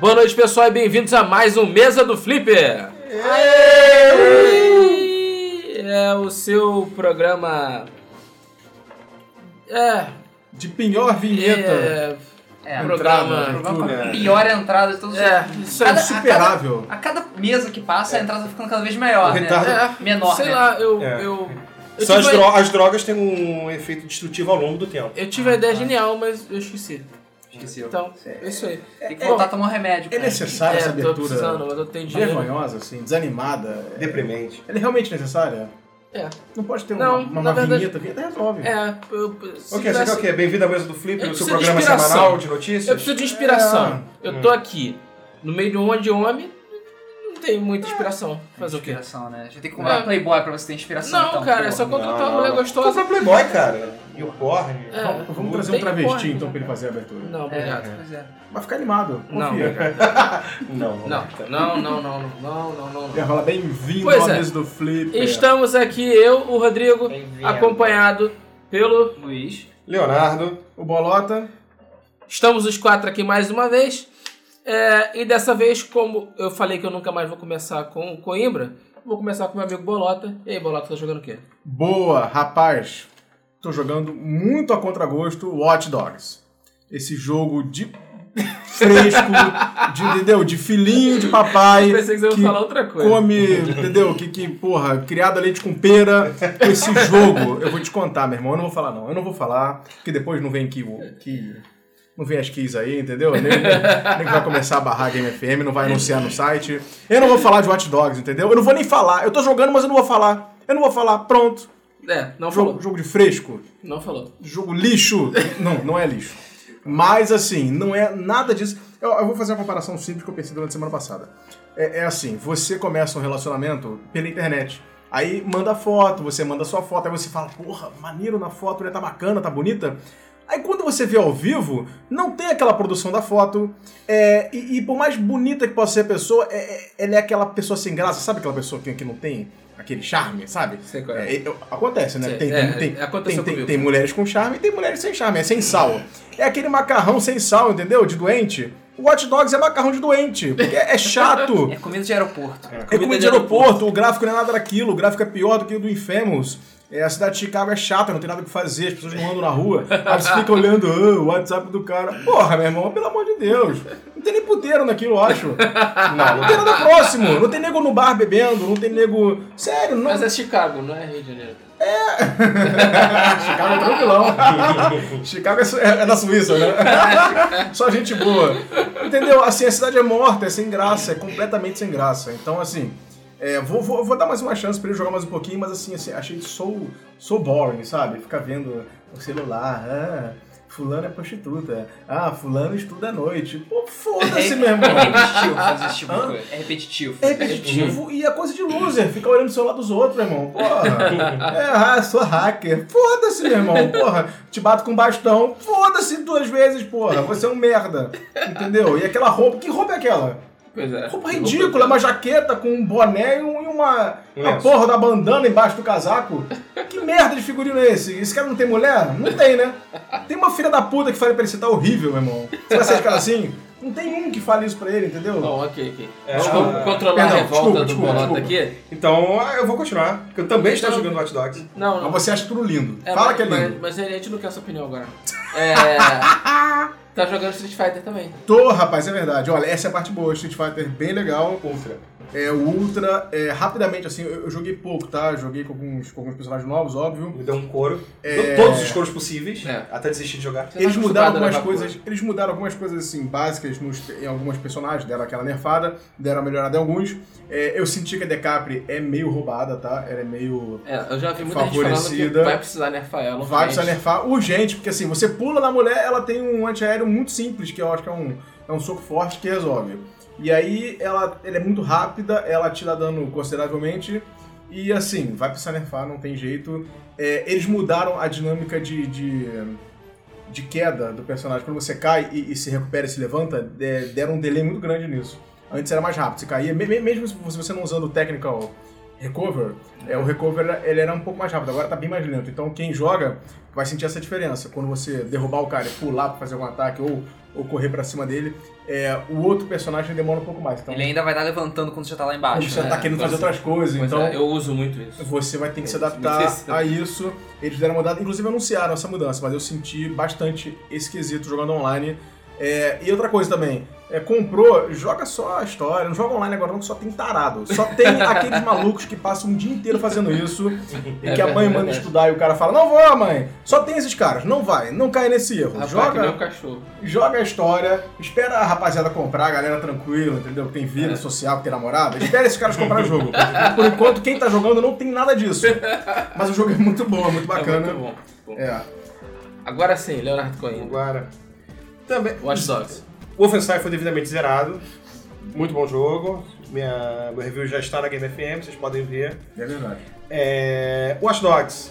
Boa noite, pessoal, e bem-vindos a mais um Mesa do Flipper! É o seu programa. É. De pior vinheta. é É, programa. Entrada, tudo, né? pior entrada de todos os É, Isso é insuperável. A cada, a cada mesa que passa, a entrada vai ficando cada vez maior, O né? retardo- é. Menor, Sei né? lá, eu. É. eu, eu tipo, é- Só as, tive dro- as drogas têm um efeito destrutivo ao longo do tempo. eu tive a ideia genial, mas eu esqueci. Esqueceu. Então, é isso aí. Tem que Bom, voltar a tomar um remédio. É cara. necessária essa é, tô abertura precisando, né? mas eu tenho dinheiro. vergonhosa, assim, desanimada. Deprimente. Ela é realmente necessária? É. Não pode ter Não, uma, uma, na uma verdade- vinheta, vinheta resolve. É, eu, eu- se ok, você quer tivesse- o quê? Bem-vindo à mesa do Eu Flip, o seu preciso programa de inspiração. semanal de Eu notícias. preciso de inspiração. Eu tô aqui, no meio de um monte de homem, não tem muita inspiração. Fazer o quê? Inspiração, né? A gente tem que comprar É. Playboy pra você ter inspiração. Não, então, cara, é pô. só contratar uma Não. mulher gostosa. Compra Playboy, cara. E o porn. É. Vamos, vamos trazer Tem um travesti, porra, então, né? pra ele fazer a abertura. Não, obrigado. É, pois é. Vai ficar animado, Não, confia. Não, Não. não, não, não, não, não, não, não, não. Ele vai falar bem-vindo Pois à é. mesa do Flip. Estamos aqui, eu, o Rodrigo, acompanhado pelo. Luiz. Leonardo. O Bolota, Estamos os quatro aqui mais uma vez. É, e dessa vez, como eu falei que eu nunca mais vou começar com o Coimbra, vou começar com meu amigo Bolota. E aí, Bolota, tá jogando o quê? boa, rapaz. Tô jogando muito a contragosto Watch Dogs. Esse jogo de fresco, de, entendeu? De filhinho de papai. Eu pensei que você ia que falar outra coisa. come, entendeu? Que, que, porra, criado a leite com pera, esse jogo. Eu vou te contar, meu irmão. Eu não vou falar, não. Eu não vou falar, porque depois não vem que. que não vem as keys aí, entendeu? Nem, nem que vai começar a barrar a Game FM, não vai anunciar no site. Eu não vou falar de Watch Dogs, entendeu? Eu não vou nem falar. Eu tô jogando, mas eu não vou falar. Eu não vou falar. Pronto. É, não falou. Jogo, jogo de fresco. Não falou. Jogo lixo. Não, não é lixo. Mas assim, não é nada disso. Eu, eu vou fazer uma comparação simples que eu pensei durante a semana passada. É, é assim, você começa um relacionamento pela internet. Aí manda foto, você manda sua foto, aí você fala, porra, maneiro na foto, né? Tá bacana, tá bonita. Aí quando você vê ao vivo, não tem aquela produção da foto. é, e, e por mais bonita que possa ser a pessoa, é- é- ela é aquela pessoa sem graça, sabe aquela pessoa que, que não tem aquele charme, sabe? Sei qual é. É, eu- acontece, né? Sei, tem, é, tem, tem- aconteceu tem- comigo. tem mulheres com charme e tem mulheres sem charme, é sem sal. É aquele macarrão sem sal, entendeu? De doente. O hot dogs é macarrão de doente, porque é chato. É comida de aeroporto. É comida de aeroporto, o gráfico não é nada daquilo, o gráfico é pior do que o do Infamous. É, a cidade de Chicago é chata, não tem nada o que fazer, as pessoas não andam na rua, aí você fica olhando "Ah, o WhatsApp do cara. Porra, meu irmão, pelo amor de Deus. Não tem nem puteiro naquilo, eu acho. Ah, Não, não tem nada próximo. Não tem nego no bar bebendo, não tem nego. Sério, não. Mas é Chicago, não é Rio de Janeiro. Chicago é tranquilão. Chicago é, su- é- é da Suíça, né? Só gente boa. Entendeu? Assim, a cidade é morta, é sem graça, é completamente sem graça. Então, assim, é, vou, vou- vou dar mais uma chance pra ele jogar mais um pouquinho, mas assim, assim achei so, so boring, sabe? Ficar vendo o celular, ah, fulano é prostituta, ah, fulano estuda à noite. Pô, foda-se, meu irmão. É repetitivo fazer esse tipo de Hã? coisa. É repetitivo. É repetitivo e é coisa de loser. Fica olhando o celular dos outros, meu irmão. Porra. É, ah, sou hacker. Foda-se, meu irmão. Porra. Te bato com bastão. Foda-se duas vezes, porra. Você é um merda. Entendeu? E aquela roupa. Que roupa é aquela? Pois é. Roupa ridícula. Uma jaqueta com um boné e um- e uma. Um A lenço. porra da bandana embaixo do casaco. Que merda de figurino é esse? Esse cara não tem mulher? Não tem, né? Tem uma filha da puta que fala pra ele você tá horrível, meu irmão. Você vai ser de cara assim? Não tem um que fale isso pra ele, entendeu? Bom, ok, ok. É, Mas ah, vamos controlar perdão, a revolta desculpa, do desculpa, Bolota desculpa. aqui? Então ah, eu vou continuar, porque eu também estou Então- jogando Hot Dogs. Não, não. Mas você acha tudo lindo. É, Fala mas- que é lindo. Mas, mas a gente não quer essa opinião agora. É. tá jogando Street Fighter também. Tô, rapaz, é verdade. Olha, essa é a parte boa. Street Fighter bem legal. Ultra. É, o Ultra, é, rapidamente, assim, eu, eu joguei pouco, tá? Joguei com alguns, com alguns personagens novos, óbvio. Me deu um couro. É. Deu Todos os coros possíveis, É. até desistir de jogar. Você Eles tá mudaram acostumado a algumas levar coisas. Eles mudaram algumas coisas assim, básicas nos- em alguns personagens, deram aquela nerfada, deram uma melhorada em alguns. É, eu senti que a Decapri é meio roubada, tá? Ela é meio. É, eu já vi muita gente falando que Favorecida. vai precisar nerfar ela. Vai mas- precisar nerfar urgente, porque assim, você pula na mulher, ela tem um antiaéreo muito simples, que eu acho que é um, é um soco forte que resolve. E aí ela, ela é muito rápida, ela tira dano consideravelmente. E assim, vai precisar nerfar, não tem jeito. É, eles mudaram a dinâmica de, de, de queda do personagem. Quando você cai e, e se recupera e se levanta, é, deram um delay muito grande nisso. Antes era mais rápido, você caía, me- me- mesmo se você não usando o technical recover, Uhum. é, o recover ele era um pouco mais rápido, agora tá bem mais lento. Então quem joga vai sentir essa diferença. Quando você derrubar o cara e pular pra fazer algum ataque ou, ou correr pra cima dele, é, o outro personagem demora um pouco mais. Então Ele ainda vai dar levantando quando já tá lá embaixo. como você né? tá querendo fazer Pois é. outras coisas, Pois então é, eu uso muito isso. você vai ter que se Eu adaptar necessito. a isso. Eles deram uma mudada, inclusive anunciaram essa mudança, mas eu senti bastante esquisito jogando online. É, e outra coisa também, é, comprou, joga só a história, não joga online agora não, que só tem tarado. Só tem aqueles malucos que passam o dia inteiro fazendo isso e É que a mãe verdade. manda estudar e o cara fala, não vou, mãe, só tem esses caras, não vai, não cai nesse erro. Rapaz, que nem joga, um cachorro. joga a história, espera a rapaziada comprar, a galera tranquila, entendeu? Que tem vida social, que tem namorada. Espera esses caras comprar o jogo. Por enquanto, quem tá jogando não tem nada disso. Mas o jogo é muito bom, é muito É bacana. muito bom. Bom. É. Agora sim, Leonardo Cohen. Agora. Também. Watch Dogs. Wolfenstein foi devidamente zerado. Muito bom jogo. Minha, meu review já está na Game FM, vocês podem ver. É verdade. É, Watch Dogs.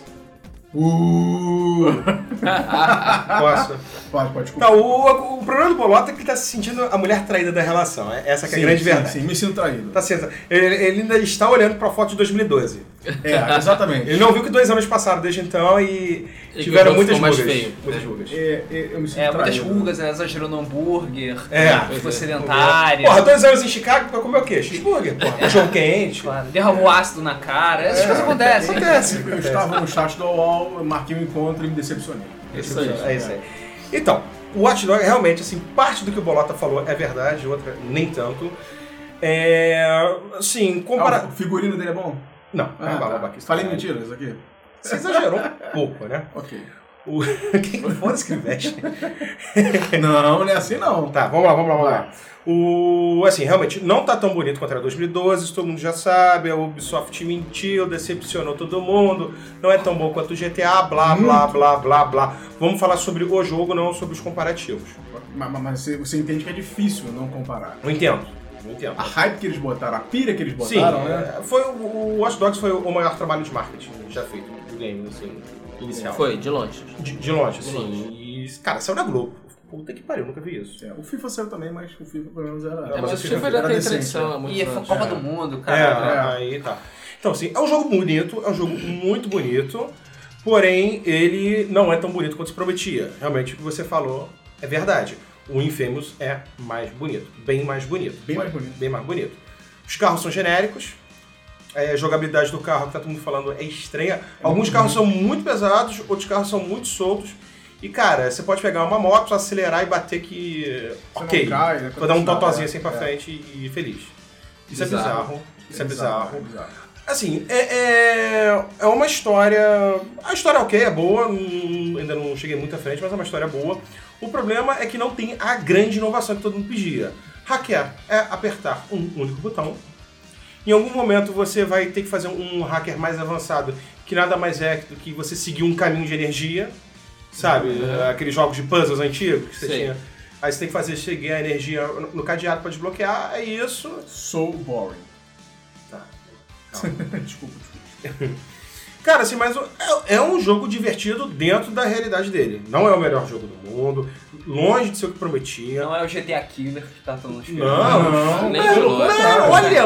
Uh! Nossa. Pode, pode, desculpa. Não, o, o problema do Bolota é que ele tá se sentindo a mulher traída da relação. É Essa que é a grande verdade. Sim, me sinto traído. Tá certo. Ele, ele ainda está olhando pra foto de 2012. É, exatamente. Ele não viu que dois anos passaram desde então e, E que tiveram o jogo muitas ficou mais rugas. feio. Muitas rugas. É, é, eu me sinto É, muitas traído. rugas, né? exagerou no hambúrguer, né? É. ficou sedentária, Porra, dois anos em Chicago pra comer o quê? Cheeseburger, porra. Cachorro quente. claro, tipo, derramou ácido na cara, essas coisas acontecem. Acontece. É, Eu estava no chat do UOL, eu marquei um encontro e me decepcionei. É isso aí. É né? isso aí. Então, o Watch Dogs realmente, assim, parte do que o Bolota falou é verdade, outra nem tanto. É. Assim, Ah, compara. o figurino dele é bom? Não, não é Ah, babaca. tá. isso Falei é- mentira isso aqui? Você exagerou um pouco, né? Ok. O... Quem foda se que veste? Não, não é assim não. Tá, vamos lá, vamos lá, vamos lá. O, assim, realmente, não tá tão bonito quanto era 2012, isso todo mundo já sabe, a Ubisoft mentiu, decepcionou todo mundo, não é tão bom quanto o GTA, blá, blá, blá, blá, blá. Vamos falar sobre o jogo, não sobre os comparativos. Mas, mas- mas você, você entende que é difícil não comparar. Não entendo, não entendo. A hype que eles botaram, a pira que eles Sim, Ah, botaram, né? é, foi, o o Watch Dogs foi o maior trabalho de marketing já feito do game, assim, inicial. Foi, de longe. De, de longe, De assim. longe. E, cara, saiu na Globo. Puta que pariu, nunca vi isso. É, o FIFA saiu também, mas o FIFA pelo menos era. É, mas mas o isso FIFA era já tem decente, tradição né? há muitos E foi anos. Copa É. do Mundo, É, cara. aí tá. Então, assim, é um jogo bonito, é um jogo muito bonito, porém ele não é tão bonito quanto se prometia. Realmente o que você falou é verdade. O Infamous é mais bonito, bem mais bonito. Bem mais bonito. Bem mais bonito. Os carros são genéricos. é, a jogabilidade do carro que tá todo mundo falando é estranha. Alguns carros são muito pesados, outros carros são muito soltos. E cara, você pode pegar uma moto, acelerar e bater que. Você não ok. cai, né? Vou dar um Quando você totozinho dá, assim pra é. frente e feliz. Isso é Bizarro. bizarro. Isso é bizarro. é bizarro. Assim, é, é, é uma história. A história é ok, é boa, hum, ainda não cheguei muito à frente, mas é uma história boa. O problema é que não tem a grande inovação que todo mundo pedia. Hackear é apertar um único botão. Em algum momento você vai ter que fazer um hacker mais avançado, que nada mais é do que você seguir um caminho de energia, sabe? É, Aqueles jogos de puzzles antigos que você Sei. tinha. Aí você tem que fazer seguir a energia no no cadeado para desbloquear, é isso. So boring. Tá. desculpa, desculpa. Cara, assim, mas é, é um jogo divertido dentro da realidade dele. Não é o melhor jogo do mundo, longe de ser o que prometia. Não é o GTA Killer que tá todo mundo esperando. Não, Não, nem Mano, pelo mano, olha,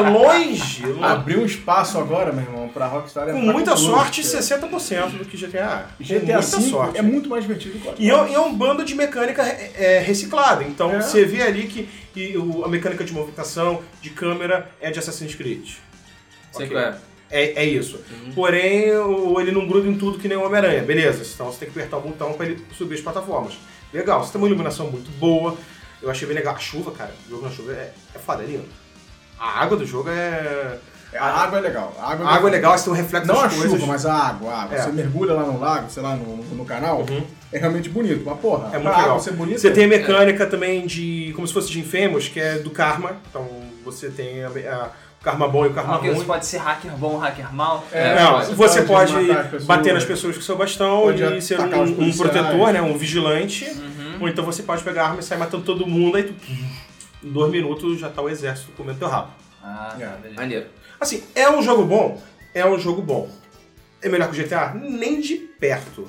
longe. longe. Abriu um espaço agora, meu irmão, pra Rockstar. é Com pra muita tudo, sorte, cara. 60% do que GTA. Com GTA muita V sorte. é muito mais divertido que o E é, e é um bando de mecânica é, é, reciclada. Então É. você vê ali que e o- a mecânica de movimentação, de câmera, é de Assassin's Creed. Sei Ok. qual é. É, é isso. Porém, o- ele não gruda em tudo que nem o Homem-Aranha. Beleza, então você tem que apertar o botão pra ele subir as plataformas. Legal, você tem uma iluminação muito boa. Eu achei bem legal. A chuva, cara, o jogo na chuva é, é foda, é lindo. A água do jogo é. A água é legal. A água, A água é legal, você tem um reflexo Não a das coisas. chuva, mas a água, a água. É. Você mergulha lá no lago, sei lá, no, no canal, é realmente bonito. Mas porra, É muito pra água legal. ser bonita. Você tem a mecânica também de. como se fosse de Infamous, que é do karma. Então você tem a- a- o karma bom e o karma Ah, Porque ruim. você pode ser hacker bom, hacker mal. É, Não, você você pode pode, matar as pessoas. bater nas pessoas com seu bastão Pode e ser atacar um, os um policiais. protetor, né? Um vigilante. Ou então você pode pegar a arma e sair matando todo mundo, aí tu, em dois minutos já tá o exército comendo teu rabo. Ah, tá, É. beleza. Maneiro. Assim, é um jogo bom? É um jogo bom. É melhor que o GTA? Nem de perto.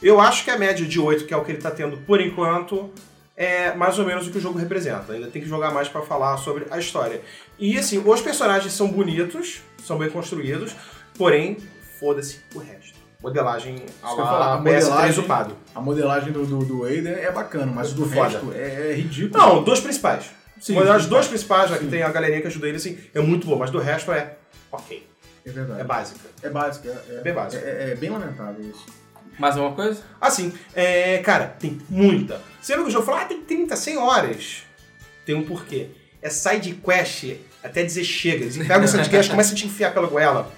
Eu acho que a média de 8, que é o que ele tá tendo por enquanto, é mais ou menos o que o jogo representa. Ainda tem que jogar mais pra falar sobre a história. E assim, os personagens são bonitos, são bem construídos, porém, foda-se o resto. Modelagem a que eu ia falar, lá a PS3 modelagem- upado. A modelagem do, do, do Aiden é bacana, mas do Foda. resto é, é ridículo. Não, dos principais. Sim, Modelagem sim. dos principais, já que Sim. tem a galerinha que ajuda ele, assim, é muito boa, mas do resto é ok. É É verdade. básica. É, básico. É, É bem básico. é- é bem lamentável isso. Mais alguma coisa? Assim, é, cara, tem muita. Você lembra que o jogo falou, ah, tem 30, 100 horas. Tem um porquê. É side quest até dizer chega. Eles pegam essa side quest e começam a te enfiar pela goela.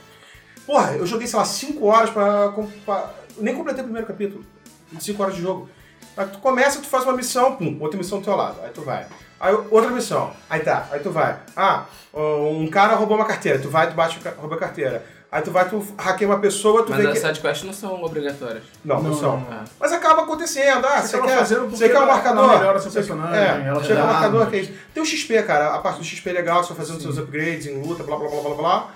Porra, eu joguei, sei lá, 5 horas pra, com- pra- Nem completei o primeiro capítulo. 5 horas de jogo. Aí tu começa, tu faz uma missão, pum, outra missão do teu lado. Aí tu vai. Aí outra missão. Aí tá, aí tu vai. Ah, um cara roubou uma carteira. Tu vai, tu bate, o ca- rouba a carteira. Aí tu vai, tu hackeia uma pessoa, tu Mas vê as é que... sidequests não são obrigatórias. Não, não são. Ah. Mas acaba acontecendo. Ah, Você você, acaba quer, fazendo porque você quer um ela- marcador. ela melhora seu Você- personagem, É, ela você quer um dá- marcador, que é isso. Tem o XP, cara. A parte do XP é legal, você vai fazendo seus upgrades em luta, blá, blá, blá, blá, blá.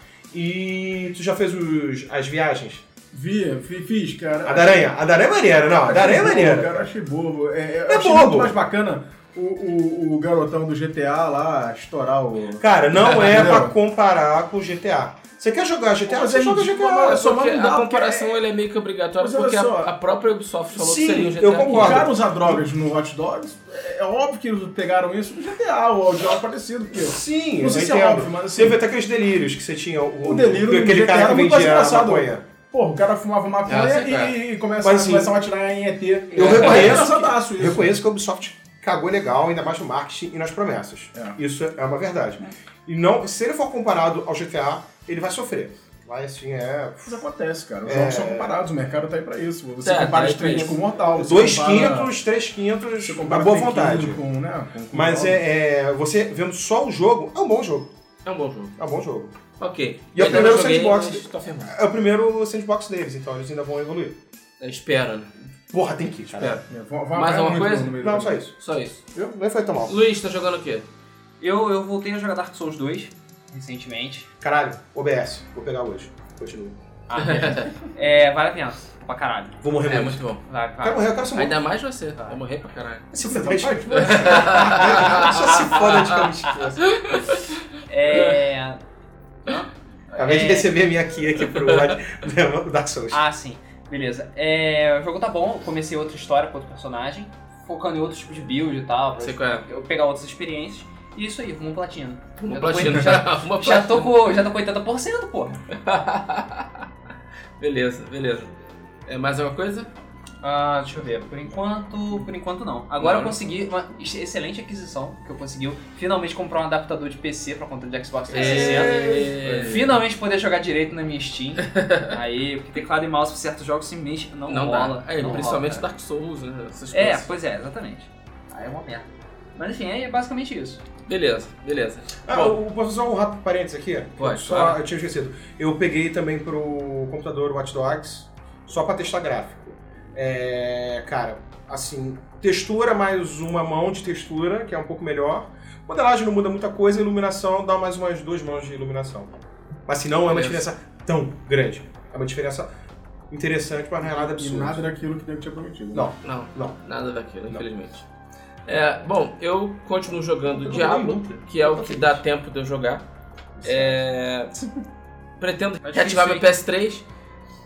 E tu já fez os, as viagens. Vi, fi- fiz, cara. A da aranha. A da aranha é maneira, não. A da aranha é Eu maneira. cara, achei bobo. É, é, É achei bobo. muito mais bacana o, o, o garotão do GTA lá estourar o. Cara, não é pra Entendeu? comparar com o GTA. Você quer jogar GTA? Mas Você é joga ridículo, GTA. mas- só Porque vai mudar, a porque comparação ele é meio que obrigatória, Mas olha porque só. a, a própria Ubisoft falou Sim, que seria um GTA. eu O concordo. cara usar drogas no hot dogs, é é óbvio que pegaram isso no GTA, ou de algo parecido, porque. Sim, Não eu sei se é entendo. óbvio, mas assim- Teve até aqueles delírios que você tinha. O, O delírio do Aquele GTA cara era que muito mais vendia engraçado. maconha. Porra, o cara fumava maconha Ah, sei, cara. e, e começa, Mas, assim, começam a atirar em ET. Eu É, reconheço é que- engraçadaço isso. Reconheço que a Ubisoft cagou legal, ainda mais no marketing e nas promessas. É. Isso é uma verdade. E não, se ele for comparado ao GTA, ele vai sofrer. Vai assim, é. Isso acontece, cara. Os jogos são comparados, o mercado tá aí pra isso. Você Tá, tá compara aí os três pra com isso. Mortal. você Dois compara- quintos, três quintos, você na compara boa Tekken vontade. Com, né, com- com Mas Mortal. é, é, você vendo só o jogo, é um bom jogo. É um bom jogo. É um bom jogo. Ok. E é o Ainda primeiro não joguei, sandbox. mas tá Tô afirmando. É o primeiro sandbox deles, então eles ainda vão evoluir. Eu Espero, né? Porra, tem que ir, cara. Espero. É, vai- vai- Mais vai alguma muito coisa? no meio do Não, caminho. só isso. Só isso. Viu? Nem foi tão mal. Luiz, tá jogando o quê? Eu, eu voltei a jogar Dark Souls 2 recentemente. Caralho, OBS, vou pegar hoje. Continua. Ah, é, vale a pena, pra caralho. Vou morrer É muito. muito bom. Vai, Quero vai. morrer, eu quero ser morto. Ainda mais você. Vai morrer pra caralho. Se Você tá fudeu. mais- Só se assim, foda de cabeça. É. Acabei de É. receber a minha key aqui pro Dark- Dark Souls. Ah, sim. Beleza. É, o jogo tá bom, eu comecei outra história com outro personagem, focando em outro tipo de build e tal, pra Sei qual é. eu pegar outras experiências. E isso aí, rumo ao platino. Uma Já tô com- platina. Já, Uma já, platina. tô com, já tô com 80%, porra. Beleza, beleza. É mais alguma coisa? Ah, deixa eu ver. Por enquanto, por enquanto não. Agora Não. eu consegui uma ex- excelente aquisição, que eu consegui finalmente comprar um adaptador de PC pra conta de Xbox 360. É. Finalmente poder jogar direito na minha Steam. aí, porque teclado e mouse pra certos jogos se mexe, não, Não rola. dá. É, não rola, principalmente cara. Dark Souls, né? Essas É, coisas. pois é, exatamente. Aí é uma merda. Mas enfim, é basicamente isso. Beleza, beleza. Ah, Bom, o o- só um rápido parênteses aqui. Pode, só, claro. Eu tinha esquecido. Eu peguei também pro computador Watch Dogs, só pra testar gráfico. É, cara, assim, textura mais uma mão de textura, que é um pouco melhor. Modelagem não muda muita coisa, iluminação dá mais umas duas mãos de iluminação. Mas se não, é uma Beleza. diferença tão grande. É uma diferença interessante, mas não é nada E absurdo. nada daquilo que eu tinha prometido. Não. não, Não. nada daquilo, Não. infelizmente. É, bom, eu continuo jogando Eu Diablo, joguei muito. que é o Tá que feliz. dá tempo de eu jogar. É, pretendo Tá difícil, reativar meu hein? PS3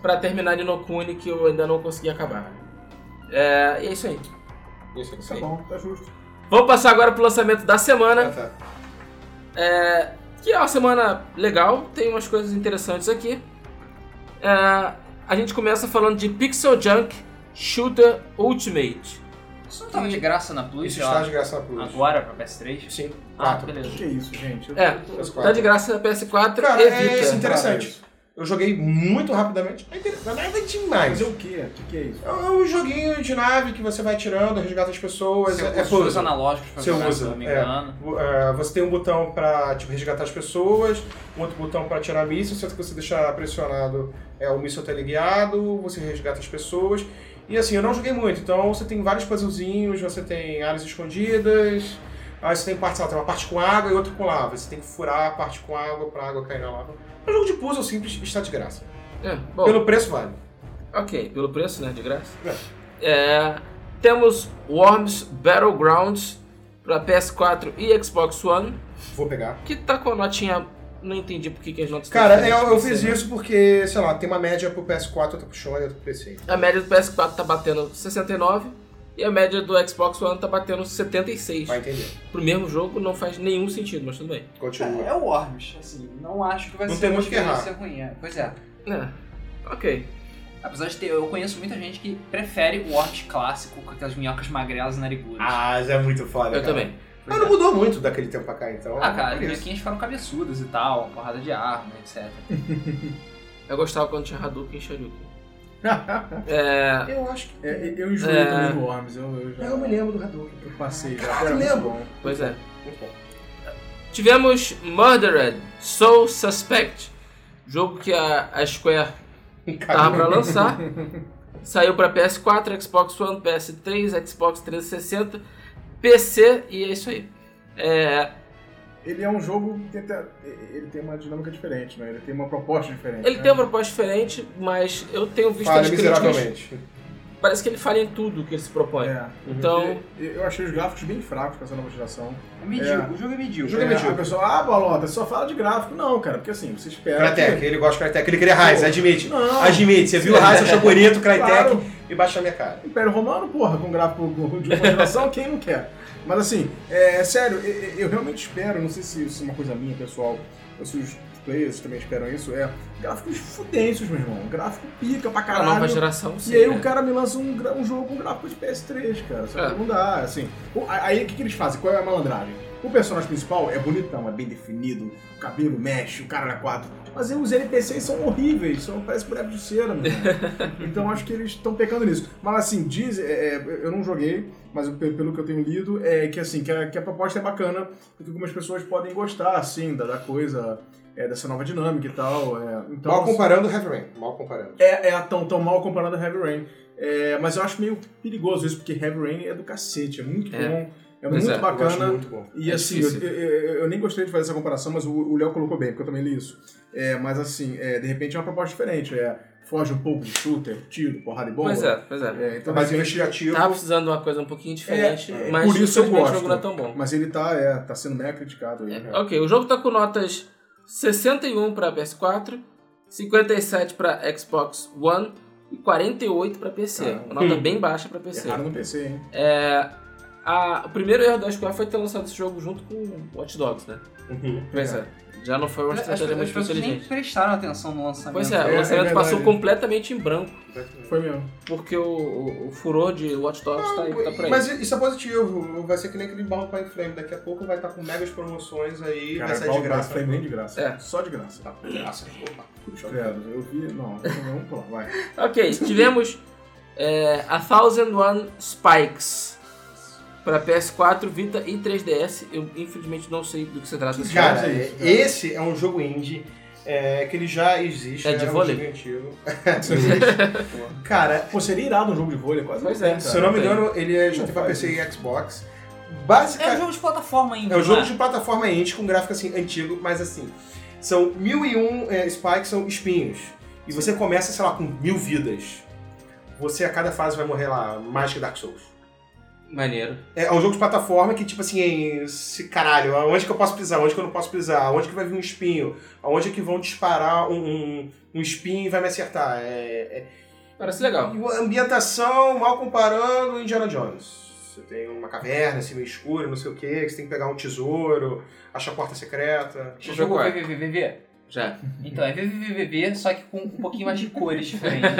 pra terminar de Nokuni, que eu ainda não consegui acabar. É, e é isso aí. Isso aí. Tá bom, tá justo. Vamos passar agora pro lançamento da semana. Ah, tá. que é uma semana legal, tem umas coisas interessantes aqui. É, a gente começa falando de Pixel Junk Shooter Ultimate. Isso não tava de graça na Plus, Isso sei está lá, de graça na Plus. agora pra PS3? Sim. Ah, Quatro. O beleza. que é isso, gente? Eu- É. eu tô- As Tá quatro. de graça na PS4 Cara, e é Vita. isso, interessante. Eu joguei muito rapidamente. É inter- Nada demais. Mas é Eu- o quê? O que que é isso? É um joguinho de nave que você vai tirando, resgata as pessoas. Você é é usa os puzzle. analógicos pra Você jogar, usa, se eu não me é. engano. Vo- é, Você tem um botão pra tipo, resgatar as pessoas, um outro botão pra tirar míssil, sendo que você deixar pressionado é, o míssil teleguiado, você resgata as pessoas. E assim, eu não joguei muito, então você tem vários puzzlezinhos, você tem áreas escondidas, aí você tem partes lá, tem uma parte com água e outra com lava. Você tem que furar a parte com água pra água cair na lava. É um jogo de puzzle simples, está de graça. É, bom, Pelo preço vale. ok, pelo preço, né, de graça. É, Temos Worms Battlegrounds para PS4 e Xbox One, Vou pegar. que tá com a notinha. Não entendi por que que as notas estão Cara, diferentes, eu, eu não fiz sei. isso porque, sei lá, tem uma média pro PS4, outra pro Sony, outra pro PC. A média do PS4 tá batendo 69 e a média do Xbox One tá batendo 76. Vai entender. Pro mesmo jogo não faz nenhum sentido, mas tudo bem. Continua. É o Worms, assim, não acho que vai Não ser tem uma muito o que errar. experiência ruim. é. Pois é. É. Ok. Apesar de ter, eu conheço muita gente que prefere o Worms clássico com aquelas minhocas magrelas e narigudas. Ah, já é muito foda. Eu cara. também. Mas não mudou muito daquele tempo pra cá, então. Ah, cara, por as isso. minhoquinhas ficaram cabeçudas e tal, porrada de arma, etc. Eu gostava quando tinha Hadouken e Shoryuken. É. Eu acho que. É, eu enjoei também do Worms, eu, eu já. Eu me lembro do Hadouken. Eu passei já. Cara, era eu muito lembro. bom. Pois é. Muito bom. Tivemos Murdered Soul Suspect, jogo que a, a Square Tá, tava pra lançar. Saiu pra PS4, Xbox One, PS3, Xbox 360, PC e é isso aí. É, Ele é um jogo que tem até- ele tem uma dinâmica diferente, né? Ele tem uma proposta diferente. ele né? tem uma proposta diferente, mas eu tenho visto Falha as críticas. miseravelmente. Parece que ele falha em tudo que ele se propõe. É. Então, Eu, eu achei os gráficos bem fracos pra essa nova geração. É medíocre, É. o jogo é O medíocre. jogo é É, medíocre. A pessoa, ah, Bolota, só fala de gráfico. Não, cara, porque assim, você espera. Crytek, ele gosta de Crytek. Ele queria Rise, admite. Não. Admite, você viu o Rise, achou bonito, Crytek, Claro. e baixa a minha cara. Império Romano, porra, com gráfico de uma geração, quem não quer? Mas assim, é sério, eu, eu- eu realmente espero, não sei se isso é uma coisa minha, pessoal, ou se os players também esperam isso, é gráficos fudensos, meu irmão. Gráfico pica pra a nova caralho. geração, sim. E aí né? o cara me lança um, gra- um jogo com gráfico de PS3, cara. Só É. que não dá, assim. O- a- Aí o que, que eles fazem? Qual é a malandragem? O personagem principal é bonitão, é bem definido, o cabelo mexe, o cara é quatro. Mas aí os NPCs são horríveis, são parece boneco de cera, meu. irmão. então acho que eles estão pecando nisso. Mas assim, diz, é, é, eu não joguei, mas pe- pelo que eu tenho lido, é que assim, que a, que a proposta é bacana, e que algumas pessoas podem gostar, assim, da, da coisa, é, dessa nova dinâmica e tal. é. então, mal assim, comparando o Heavy Rain, mal comparando. é, é tão, tão mal comparado a Heavy Rain. É, mas eu acho meio perigoso isso, porque Heavy Rain é do cacete, é muito É. bom, é Pois muito é, eu Eu acho bacana. muito bom. E É assim, eu, difícil. eu- eu- eu nem gostaria de fazer essa comparação, mas o- o Léo colocou bem, porque eu também li isso. É, mas assim, é, de repente é uma proposta diferente. É, foge um pouco de shooter, tiro, porrada e bomba. Pois é, pois é. É, então, mais mas, Tá. investigativo. Tava precisando de uma coisa um pouquinho diferente, É, é. mas Por isso eu infelizmente, gosto. o jogo não é tão bom. mas ele tá, é, tá sendo mega criticado aí. né? Ok, o jogo tá com notas 61 para PS4, 57 para Xbox One e 48 para PC. Caramba. Uma nota bem baixa para PC. Erraram no PC, hein? É, A- o primeiro erro da Square foi ter lançado esse jogo junto com o Watch Dogs, né? Uhum. Pois é. Já não foi uma As, as, estratégia muito pessoas nem né? inteligente. prestaram atenção no lançamento. Pois é, É, o é lançamento verdade. passou completamente em branco, Foi mesmo. porque o, o- o furor de Watch Dogs tá, aí, tá por aí. Mas isso é positivo, vai ser que nem aquele barro Pine Flame, daqui a pouco vai estar com megas promoções aí, vai sair é de graça. um né? Foi bem de graça. É. Só de graça. Tá, de graça. Opa, puxa. É, eu um vi. Não, vamos pular, vai. Ok, tivemos é, A Thousand One Spikes para PS4, Vita e 3DS. Eu infelizmente não sei do que se trata esse Cara, jogo. é- esse é um jogo indie é, que ele já existe. É de um vôlei? jogo antigo. Porra. Cara, Pô, seria irado um jogo de vôlei, quase. Pois não é, tem, se eu não me tem. engano, ele é- já Não tem pra faz PC e Xbox. É um Basicamente, jogo de plataforma ainda. é um jogo né? não de plataforma indie com gráfico assim, antigo, mas assim, são 1001 é, spikes, são espinhos. E você começa, sei lá, com mil vidas. Você a cada fase vai morrer lá, mais que Dark Souls. Maneiro. É um jogo de plataforma que, tipo assim, é esse- caralho, aonde que eu posso pisar? Aonde que eu não posso pisar? Aonde que vai vir um espinho? Aonde que vão disparar um, um, um espinho e vai me acertar? É, é- Parece legal. E a ambientação, mal comparando, Indiana Jones. Você tem uma caverna, assim, meio escura, não sei o quê, que você tem que pegar um tesouro, achar a porta secreta. Deixa O eu jogo jogar. VVVV. Já. Então, é VVVV, só que com um pouquinho mais de cores diferentes.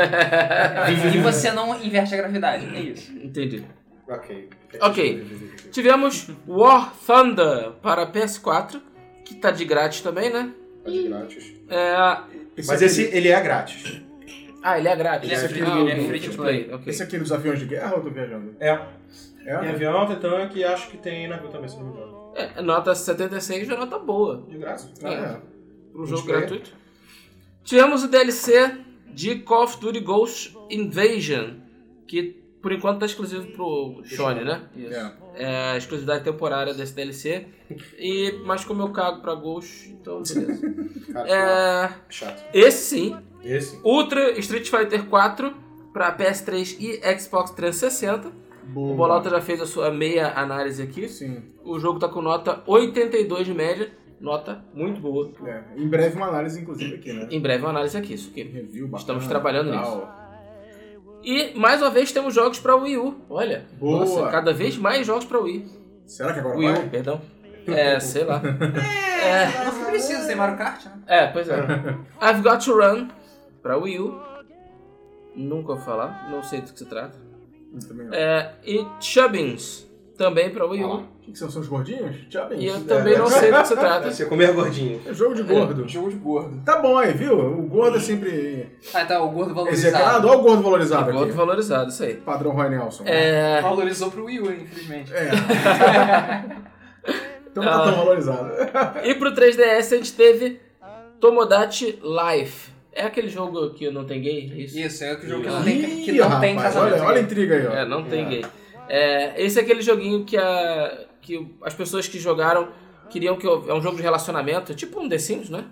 e você não inverte a gravidade, é isso. Entendi. Ok. Ok. Tivemos War Thunder para PS4, que tá de grátis também, né? Tá de grátis. É... Mas é esse, ele é grátis. Ah, ele é grátis. Ele é Esse free, aqui- ele ah, é free to play. Ok. Esse aqui dos aviões de guerra ou eu tô viajando? É. É? Tem avião, tem tanque e acho que tem navio também, se não me engano. É, nota 76 já é nota boa. De graça. Ah, é. Um jogo Multiplayer. gratuito. Tivemos o DLC de Call of Duty Ghost Invasion, que por enquanto tá exclusivo pro Sony, né? É. É a exclusividade temporária desse DLC. E, mas como eu cago pra Ghost, então beleza. Cara, É, chato. esse sim, Esse. Ultra Street Fighter 4 pra PS3 e Xbox 360. Boa. O Bolota já fez a sua meia análise aqui. Sim. O jogo tá com nota 82 de média, nota muito boa. É, em breve uma análise, inclusive, aqui, né? Em breve uma análise aqui, isso aqui. Review, bacana, Estamos trabalhando tal. E mais uma vez temos jogos pra Wii U. Olha, Boa. nossa, cada vez mais jogos pra Wii. Será que agora Wii vai? U, perdão. É, sei lá. É, Não foi preciso, tem Mario Kart, né? é, pois é. I've Got to Run pra Wii U. Nunca vou falar, não sei do que se trata. Também não. É, e Chubbins, também pra Wii U. O que que são? São os gordinhos? Chubbins? E eu também não sei do que se trata. Você comer gordinho. É jogo de gordo. Jogo de gordo. Tá bom aí, viu? O gordo é sempre Ah, tá, o gordo valorizado. execrado. Olha o gordo valorizado Voto aqui. valorizado, isso aí. Padrão Roy Nelson. É, Valorizou pro Wii U, infelizmente. É. então tá Ah. tão valorizado. e pro 3DS a gente teve Tomodachi Life. É aquele jogo que não tem gay? Isso. Isso, é o jogo que Ih, não tem, que Ih, não tem rapaz, casamento. Olha, olha a intriga aí, ó. É, não tem gay. É, esse é aquele joguinho que, a, que as pessoas que jogaram queriam que. eu- É um jogo de relacionamento, tipo um The Sims, né?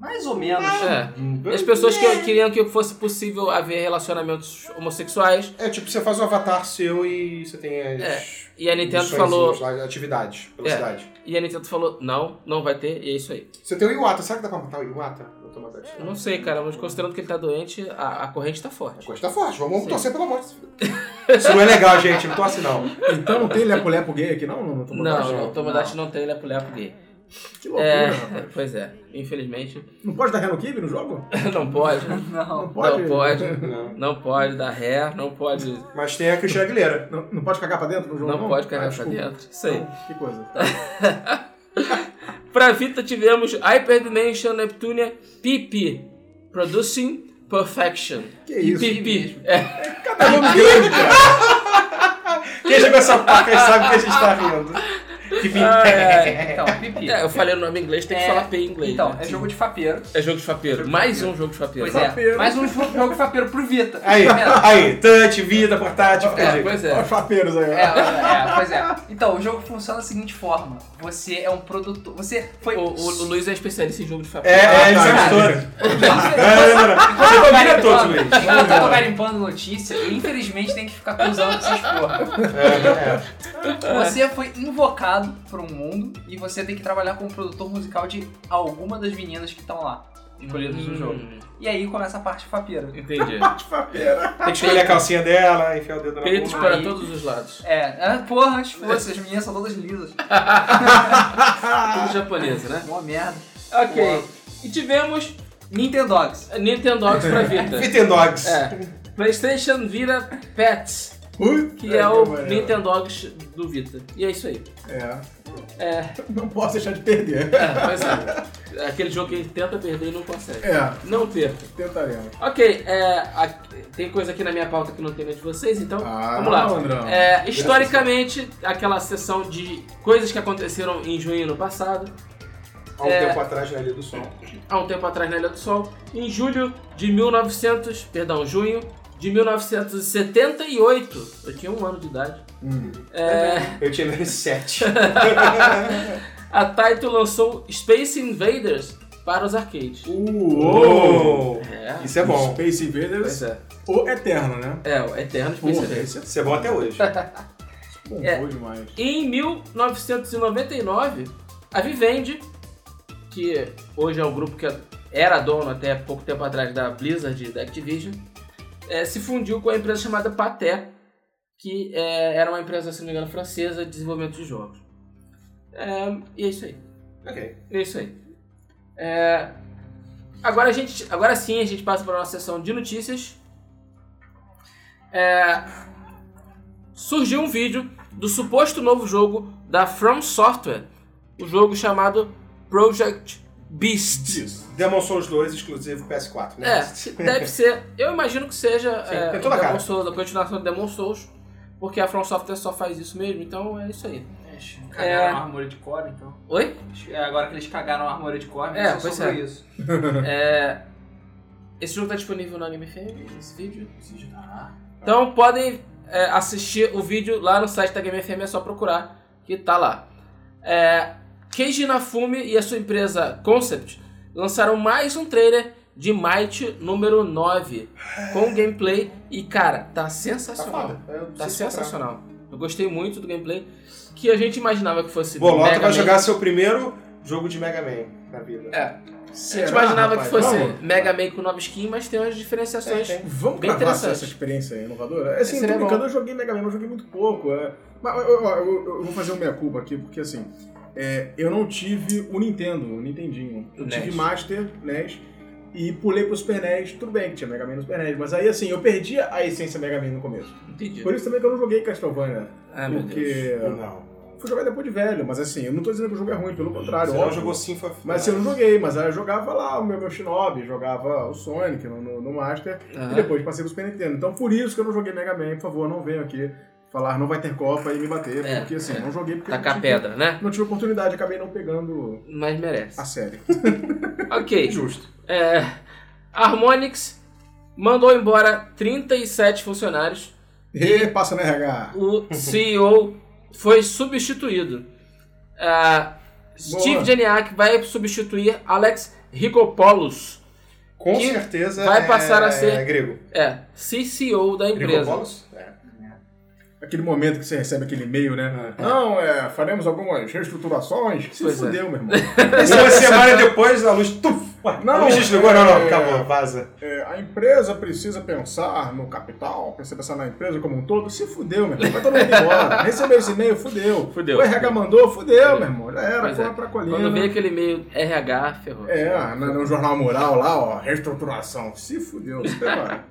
Mais ou menos. Ah. É. As pessoas que queriam que fosse possível haver relacionamentos homossexuais. É tipo, você faz um avatar seu e você tem as. É, E a Nintendo missõezinhas falou. lá, atividades pela É. cidade. E a Nintendo falou, não, não vai ter, e é isso aí. Você tem o Iwata, será que dá pra matar o Iwata? No Tomodachi? Eu não sei, cara, mas considerando que ele tá doente, a, a corrente tá A forte. coisa tá forte, vamos Sim. torcer pelo amor de Isso não é legal, gente, não torce não. Então não tem lepo-lepo gay aqui, não? Não, Não, não. não, o Tomodachi não tem lepo-lepo gay. Que loucura, É, rapaz. pois é, infelizmente. Não pode dar Hello Kitty no jogo? Não pode, Não. pode. Não pode. Não. não pode dar ré, não pode, Mas tem a Cristina Aguilera. Não, não pode cagar pra dentro no jogo? Não, não pode Ah, carregar pra desculpa. dentro. Isso aí. Não, Que coisa. Pra Vita tivemos Hyper Dimension Neptunia PP Producing Perfection. Que isso? PP. É, Cada nome grande, cara. Quem jogou essa placa sabe que a gente tá rindo. Que fim. Ah, é. Então, pipi. É, eu falei o nome em inglês, tem que É, falar P em inglês. Então, né? é jogo de fapeiro. É jogo de fapeiro. Mais um jogo de fapeiro. Pois Fapeiro. é, mais um jogo jogo de fapeiro pro Vita. Aí, Tá vendo? É, aí, touch, vida, portátil, fica a É, dica. pois Olha é. os chapeiros aí, ó. É, é, pois é. Então, o jogo funciona da seguinte forma. Você é um produtor. Você foi. O, o- o Luiz é especialista em jogo de É, fapeiro. é, ele Ah, sabe tá. todo. tá Você tá É, não, não, não. Você domina todos, Luiz. Enquanto eu tô tá garimpando notícia, eu infelizmente tenho que ficar cruzando com essas porra. É, é. Você foi invocado pra um mundo e você tem que trabalhar como produtor musical de alguma das meninas que estão lá, escolhidas no jogo. Hum, E aí começa a parte fapeira. Entendi. Tem que escolher a calcinha dela, enfiar o dedo na Peitos boca. para Aí. todos os lados. É, é porra, as forças, as meninas são todas lisas. Tudo japonesa, né? Mó merda. Ok. Boa. E tivemos Nintendogs. Nintendogs pra Vita. Vitendogs. É. PlayStation Vira Pets, Ui, que é o maneiro. Nintendogs do Vita. E é isso aí. É. É. Não posso deixar de perder. É, pois é. É Aquele jogo que ele tenta perder e não consegue. É, Não perca. tentaremos. Ok, é, a- tem coisa aqui na minha pauta que não tem na de vocês, então Ah, vamos lá. malandrão. É, historicamente, aquela sessão de coisas que aconteceram em junho no passado, Há um É. tempo atrás na Ilha do Som. há um tempo atrás na Ilha do Sol, em julho de 1900, perdão, junho de 1978, eu tinha um ano de idade, É, Hum. Eu tinha menos 7. a Taito lançou Space Invaders para os arcades. Uou! É, Uh, Isso é bom. Space pois Invaders, é. o Eterno, né? É, o Eterno Space Porra, Invaders. esse é Isso é bom até hoje. bom É. bom demais. Em 1999, a Vivendi, que hoje é o grupo que era dono até pouco tempo atrás da Blizzard e da Activision, eh, se fundiu com a empresa chamada Paté, que eh, era uma empresa, se não me engano, francesa de desenvolvimento de jogos. Eh, e é isso aí. Ok. É isso aí. É, Agora, a gente, agora sim a gente passa para a nossa sessão de notícias. É, Surgiu um vídeo do suposto novo jogo da From Software, o jogo chamado Project Beast. Isso. Demon Souls 2, exclusivo PS4, né? É, deve ser. Eu imagino que seja Sim, é, tem o toda a cara. Demon Souls, a continuação do Demon Souls, porque a From Software só faz isso mesmo, então é isso aí. Cagaram a armadura de core, então. Oi? É, Agora que eles cagaram a armadura de core, É, é, só pois sobrou é. isso. Esse jogo tá disponível no Anime FM, esse vídeo. Então podem é, assistir o vídeo lá no site da Game FM, é só procurar que tá lá. É, Keiji Nafume e a sua empresa Concept lançaram mais um trailer de Might número 9 com gameplay e cara, tá Tá sensacional. foda. Tá Eu preciso comprar. sensacional. Eu gostei muito do gameplay, que a gente imaginava que fosse Bolota Mega vai Man. jogar seu primeiro jogo de Mega Man na vida. É, a Será, gente imaginava rapaz? que fosse Vamos, Mega Man com nova skin, mas tem umas diferenciações. É, tem. vamos Bem gravar interessante. essa experiência inovadora? Assim, Seria tô brincando, bom. eu joguei Mega Man, mas eu joguei muito pouco. é. Mas eu, eu- eu- eu vou fazer um meia-culpa aqui, porque assim, é, eu não tive o Nintendo, o Nintendinho. Eu NES. tive Master, NES, e pulei pro Super NES, tudo bem que tinha Mega Man no Super NES, mas aí assim, eu perdi a essência Mega Man no começo. Entendi. Por isso também que eu não joguei Castlevania, Ah, meu Deus. porque... Não. Fui jogar depois de velho, mas assim, eu não tô dizendo que o jogo é ruim, pelo contrário. Você não óbvio. jogou Symphony of Mas assim, eu não joguei, mas aí eu jogava lá o meu, meu Shinobi, jogava o Sonic no, no- no Master, Ah. e depois passei pro Super Nintendo. Então por isso que eu não joguei Mega Man, por favor, não venham aqui falar não vai ter Copa e me bater, É, porque assim, é. não joguei porque Tacar não, tive, pedra, né? não tive oportunidade, acabei não pegando Mas merece. a série. Ok. Justo. É, Harmonix mandou embora 37 funcionários. E passa né, no RH. O CEO foi substituído. Ah, Steve Janiak vai substituir Alex Rigopoulos, Com Que certeza vai é- passar a ser- é grego. é, CCO da empresa. Grigopolos? É. Aquele momento que você recebe aquele e-mail, né? É. Não, é, faremos algumas reestruturações. Se Pois é. fudeu, meu irmão. Uma semana depois, a luz... Tuf, Não, não, a luz desligou. Não, é- não, acabou. Vaza. É, a empresa precisa pensar no capital, precisa pensar na empresa como um todo. Se fudeu, meu irmão. Vai todo mundo embora. Recebeu esse e-mail, fudeu. Fudeu. O RH mandou, fudeu, Fudeu. meu irmão. Já era, Pois foi é. lá pra colina. Quando veio aquele e-mail RH, ferrou. É, na- no jornal moral lá, ó, reestruturação. Se fudeu, se prepara.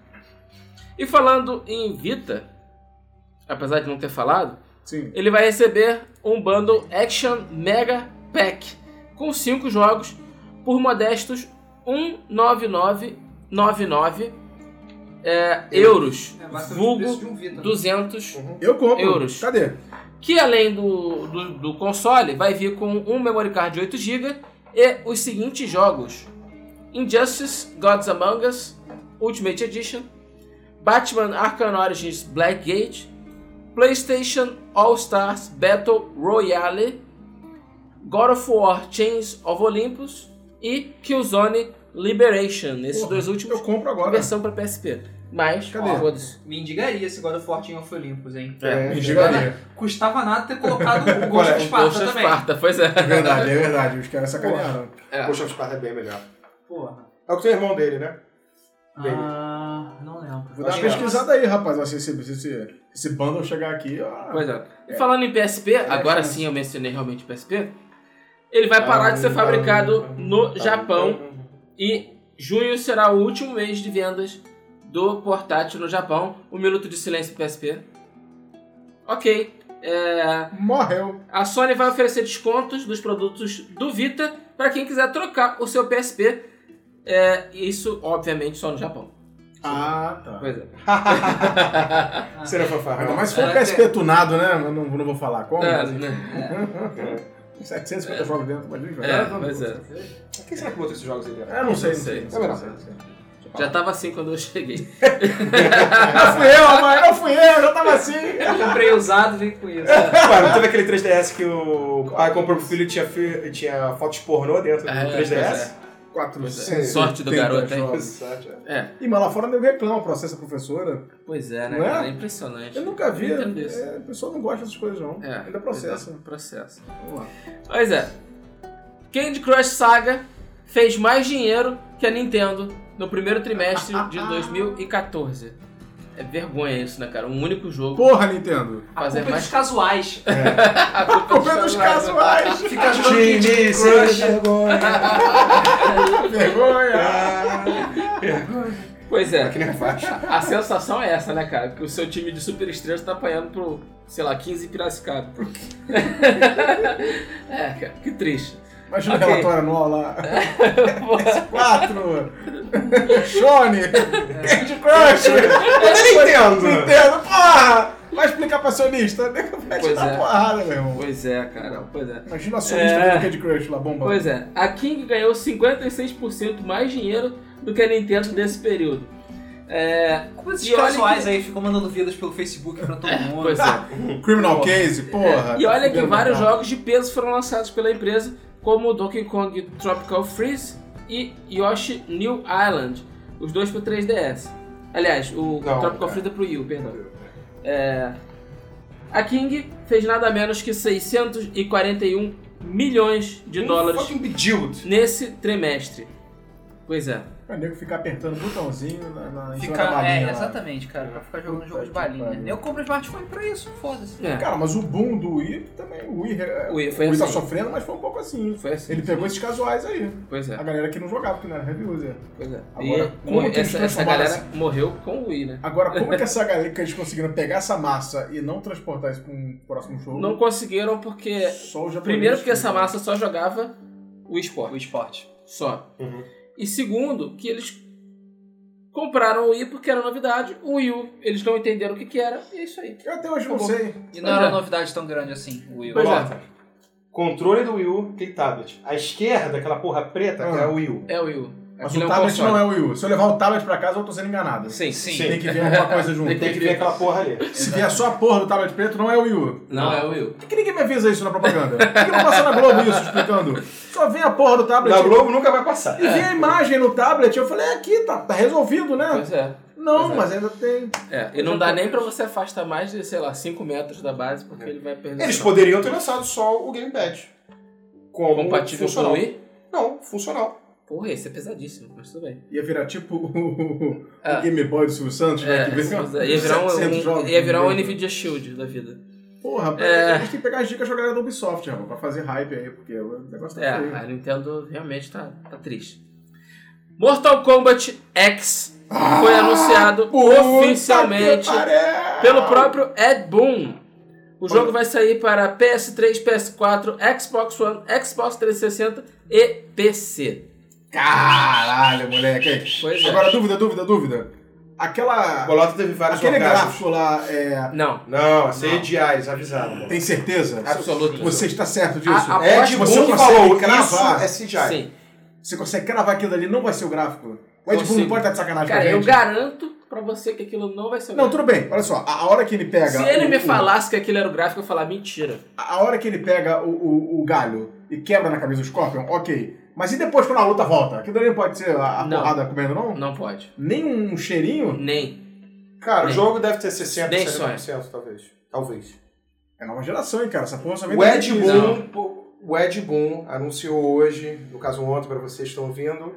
E falando em Vita, apesar de não ter falado, Sim. ele vai receber um bundle Action Mega Pack com 5 jogos por modestos 19999 é, euros, É basicamente o preço vulgo de um Vita. 200, Eu compro. Euros. Cadê? que além do, do, do console vai vir com um memory card de 8 GB e os seguintes jogos: Injustice, Gods Among Us, Ultimate Edition, Batman Arkham Origins Blackgate, PlayStation All Stars Battle Royale, God of War Chains of Olympus e Killzone Liberation. Esses Porra, dois últimos, Eu compro a agora. versão para PSP. Mas, Cadê? foda-se. Me indigaria esse God of War Team of Olympus, hein? É, Me diga Custava nada ter colocado o Ghost Ghost of Sparta of também. Sparta, pois é. É verdade, é verdade. Os caras sacanearam. É. Poxa, o Sparta é bem melhor. Porra. É o que tem o irmão dele, né? Bem. Ah, não lembro. Vou dar uma Acho que é. pesquisada aí, rapaz. ó, Se esse, se esse, esse bundle chegar aqui, ó. Pois é. E falando em PSP, agora sim eu mencionei realmente o PSP, ele vai parar de ser é fabricado Tá no Japão e junho será o último mês de vendas do portátil no Japão. Um minuto de silêncio PSP. Ok. É, Morreu. a Sony vai oferecer descontos dos produtos do Vita para quem quiser trocar o seu PSP. É, isso, obviamente, só no Japão. Ah, tá. Pois é. Será fanfarra? Ainda mais se for um É, PSP tunado, né? Eu não, não vou falar como. É, mas- né? 750 jogos dentro, mas liga. É, pois é. Quem será que botou esses jogos aí dentro? É, não sei, não Sei. sei. não sei, não É melhor. sei, não sei. Já tava assim quando eu cheguei. É Não fui eu, rapaz, não fui eu, já tava assim. Eu comprei usado e vim com isso. É. Mano, teve aquele 3DS que o pai comprou pro filho e tinha, fi- tinha fotos pornô dentro do É, 3DS? 400. Sorte do garoto, hein? jogos. Exato, é. É. E, mas lá fora nego reclama, processa a professora. Pois é, né, Não é? cara? É impressionante. Eu nunca vi. Nunca vi isso. É, a pessoa não gosta dessas coisas, não. É, Ainda né? processa. pois é, processo. Vamos lá. Pois é. Candy Crush Saga fez mais dinheiro que a Nintendo no primeiro trimestre de 2014. É vergonha isso, né, cara? Um único jogo Porra, Nintendo. A fazer culpa é mais dos casuais. a culpa é Culpa dos casuais. Fica jogando Candy é. Time Crush. sem vergonha. Vergonha. Pois é. Que nem faz. A sensação é essa, né, cara? Que o seu time de super estrelas tá apanhando pro, sei lá, 15 Piracicaba. é, cara, que triste. Imagina Ok. É. o relatório anual lá. Pô, S4. Shone. É. Candy Crush. Eu não entendo. Nintendo, porra! Vai explicar pra acionista. Nego vai te Pois dar é. porrada, meu irmão. Pois é, cara, pois é. Imagina a acionista É. do Candy Crush lá, bomba. Pois é, a King ganhou 56% mais dinheiro do que a Nintendo nesse período. É, Como esses E olha casuais que- aí ficam mandando vidas pelo Facebook pra todo mundo. pois é. Criminal Case, porra. E olha que Fudeu, vários cara. jogos de peso foram lançados pela empresa, como o Donkey Kong Tropical Freeze e Yoshi New Island, os dois pro 3DS. Aliás, o Não, Tropical cara. Ah. Freeze é pro Wii, U, perdão. A King fez nada menos que 641 milhões de Um dólares Fucking bejeweled. nesse trimestre. Pois é. Pra nego ficar apertando o botãozinho na, na em cima da Ficar, balinha é, lá. exatamente, cara, pra ficar jogando Puta jogo de que balinha. pariu. Eu compro smartphone pra isso, foda-se. É, Cara, mas o boom do Wii também. O Wii, é- O Wii foi tá assim. sofrendo, mas foi um pouco assim. foi assim. Ele pegou esses casuais aí. Pois A é, galera que não jogava, que não era heavy user. pois é. Agora, e como que eles essa, essa transformaram galera morreu com o Wii, né? Agora, como é que essa galera que eles conseguiram pegar essa massa e não transportar isso pra um próximo jogo? Não conseguiram porque. Só né? o japonês. Primeiro, porque essa massa só jogava o esporte. O esporte. Só. Uhum. E segundo, que eles compraram o Wii porque era novidade. O Wii U, eles não entenderam o que, que era. E é isso aí. Eu até hoje não Acabou. sei. E não Pois era é. novidade tão grande assim, o Will. Pois é. Nota. Controle do Wii U, aquele tablet. A esquerda, aquela porra preta, Ah. é o Wii U. É o Wii U. Mas Aquilo o é um tablet console. não é o Wii U. Se eu levar o tablet pra casa, eu tô sendo enganado. Sim. Sim. Tem que vir alguma coisa junto. Tem Tem que ver aquela porra ali. Se vier só a porra do tablet preto, não é o Wii U. Não, é o Wii U. Por que, que ninguém me avisa isso na propaganda? Por que que não passa na Globo isso explicando? Só vem a porra do tablet. Na Globo nunca vai passar. E vi a imagem no tablet, eu falei, é aqui, tá, tá resolvido, né? Pois é. Não, Pois é. mas ainda tem. É, e não dá nem pra você afastar mais de, sei lá, 5 metros da base, É. porque ele vai perder. Eles poderiam ter lançado só o Gamepad. Como compatível com o funcional. Wii. Não, funcional. Porra, esse é pesadíssimo, mas tudo bem. Ia virar tipo o, Ah. o Game Boy do Silvio Santos, né? É, Que mas é, vem ia virar um, 700 um, jogos ia virar um no jogo. NVIDIA Shield da vida. Porra, É. a gente tem que pegar as dicas da galera da Ubisoft, rapaz, pra fazer hype aí, porque o negócio tá É, feio. a Nintendo realmente tá, tá triste. Mortal Kombat X foi Ah, anunciado puta oficialmente que pariu! pelo próprio Ed Boon. O jogo vai sair para PS3, PS4, Xbox One, Xbox 360 e PC. Caralho, moleque. Pois é. Agora, dúvida, dúvida, dúvida. Aquela. O Bolota teve vários Aquele orgasmos. gráfico lá é. Não, Não, sediais, avisado. Tem certeza? absoluto. Você está certo disso? tipo, A- a- É de Você bom que consegue falou, cravar? isso é CGI. Sim. Você consegue cravar aquilo ali, não vai ser o gráfico. O Ed Boon Consigo. não pode estar de sacanagem Então, assim, Cara, com a eu gente. garanto pra você que aquilo não vai ser o Não, gráfico. tudo bem, olha só. A, a hora que ele pega. Se ele o- me o- falasse que aquilo era o gráfico, eu ia falar mentira. A hora que ele pega o, o- o galho e quebra na cabeça do Scorpion, ok. Mas e depois quando a luta volta? Aquilo ali não pode ser a, a Não. porrada comendo, não? Não pode. Nem um cheirinho? Nem. Cara, o Nem. jogo deve ter 60%, Nem 70%, talvez. Talvez. É nova geração, hein, cara. Essa porra só vem O Ed 2015. Boon, pô, o Ed Boon anunciou hoje, no caso ontem para vocês que estão ouvindo,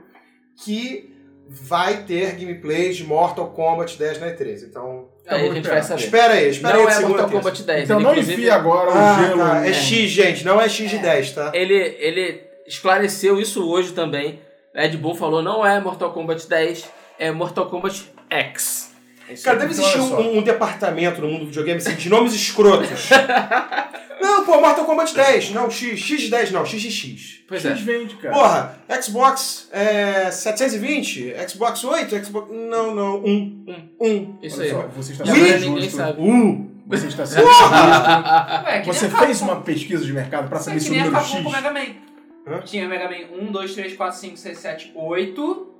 que vai ter gameplay de Mortal Kombat 10 na E3. Então, Aí Acabou a gente de vai pegar. saber. espera aí, espera Não aí. de é segunda a Mortal terça. Kombat 10. Então ele, não inclusive, enfia agora o Ah, gelo. tá. É no- X, gente, não é X de 10, tá? ele, ele esclareceu isso hoje também. Ed Boon falou, não é Mortal Kombat 10, é Mortal Kombat X. É isso Cara, aí. deve Então, existir olha só. um, um departamento no mundo do videogame assim, de nomes escrotos. não, pô, Mortal Kombat 10, não, X, X10, não, XXX. Pois é. X vende, cara. Porra, Xbox é, 720, Xbox 8, Xbox. Não, não, um. Um. Isso é, Olha aí. só, Você está E Ui! agora sendo ninguém justo. sabe. Um. Você está sendo justo. Ué, É que Você nem acabou- fez uma pesquisa de mercado pra saber É que se o nem número acabou X. com o Mega Man. Hã? Tinha Mega Man 1, 2, 3, 4, 5, 6, 7, 8.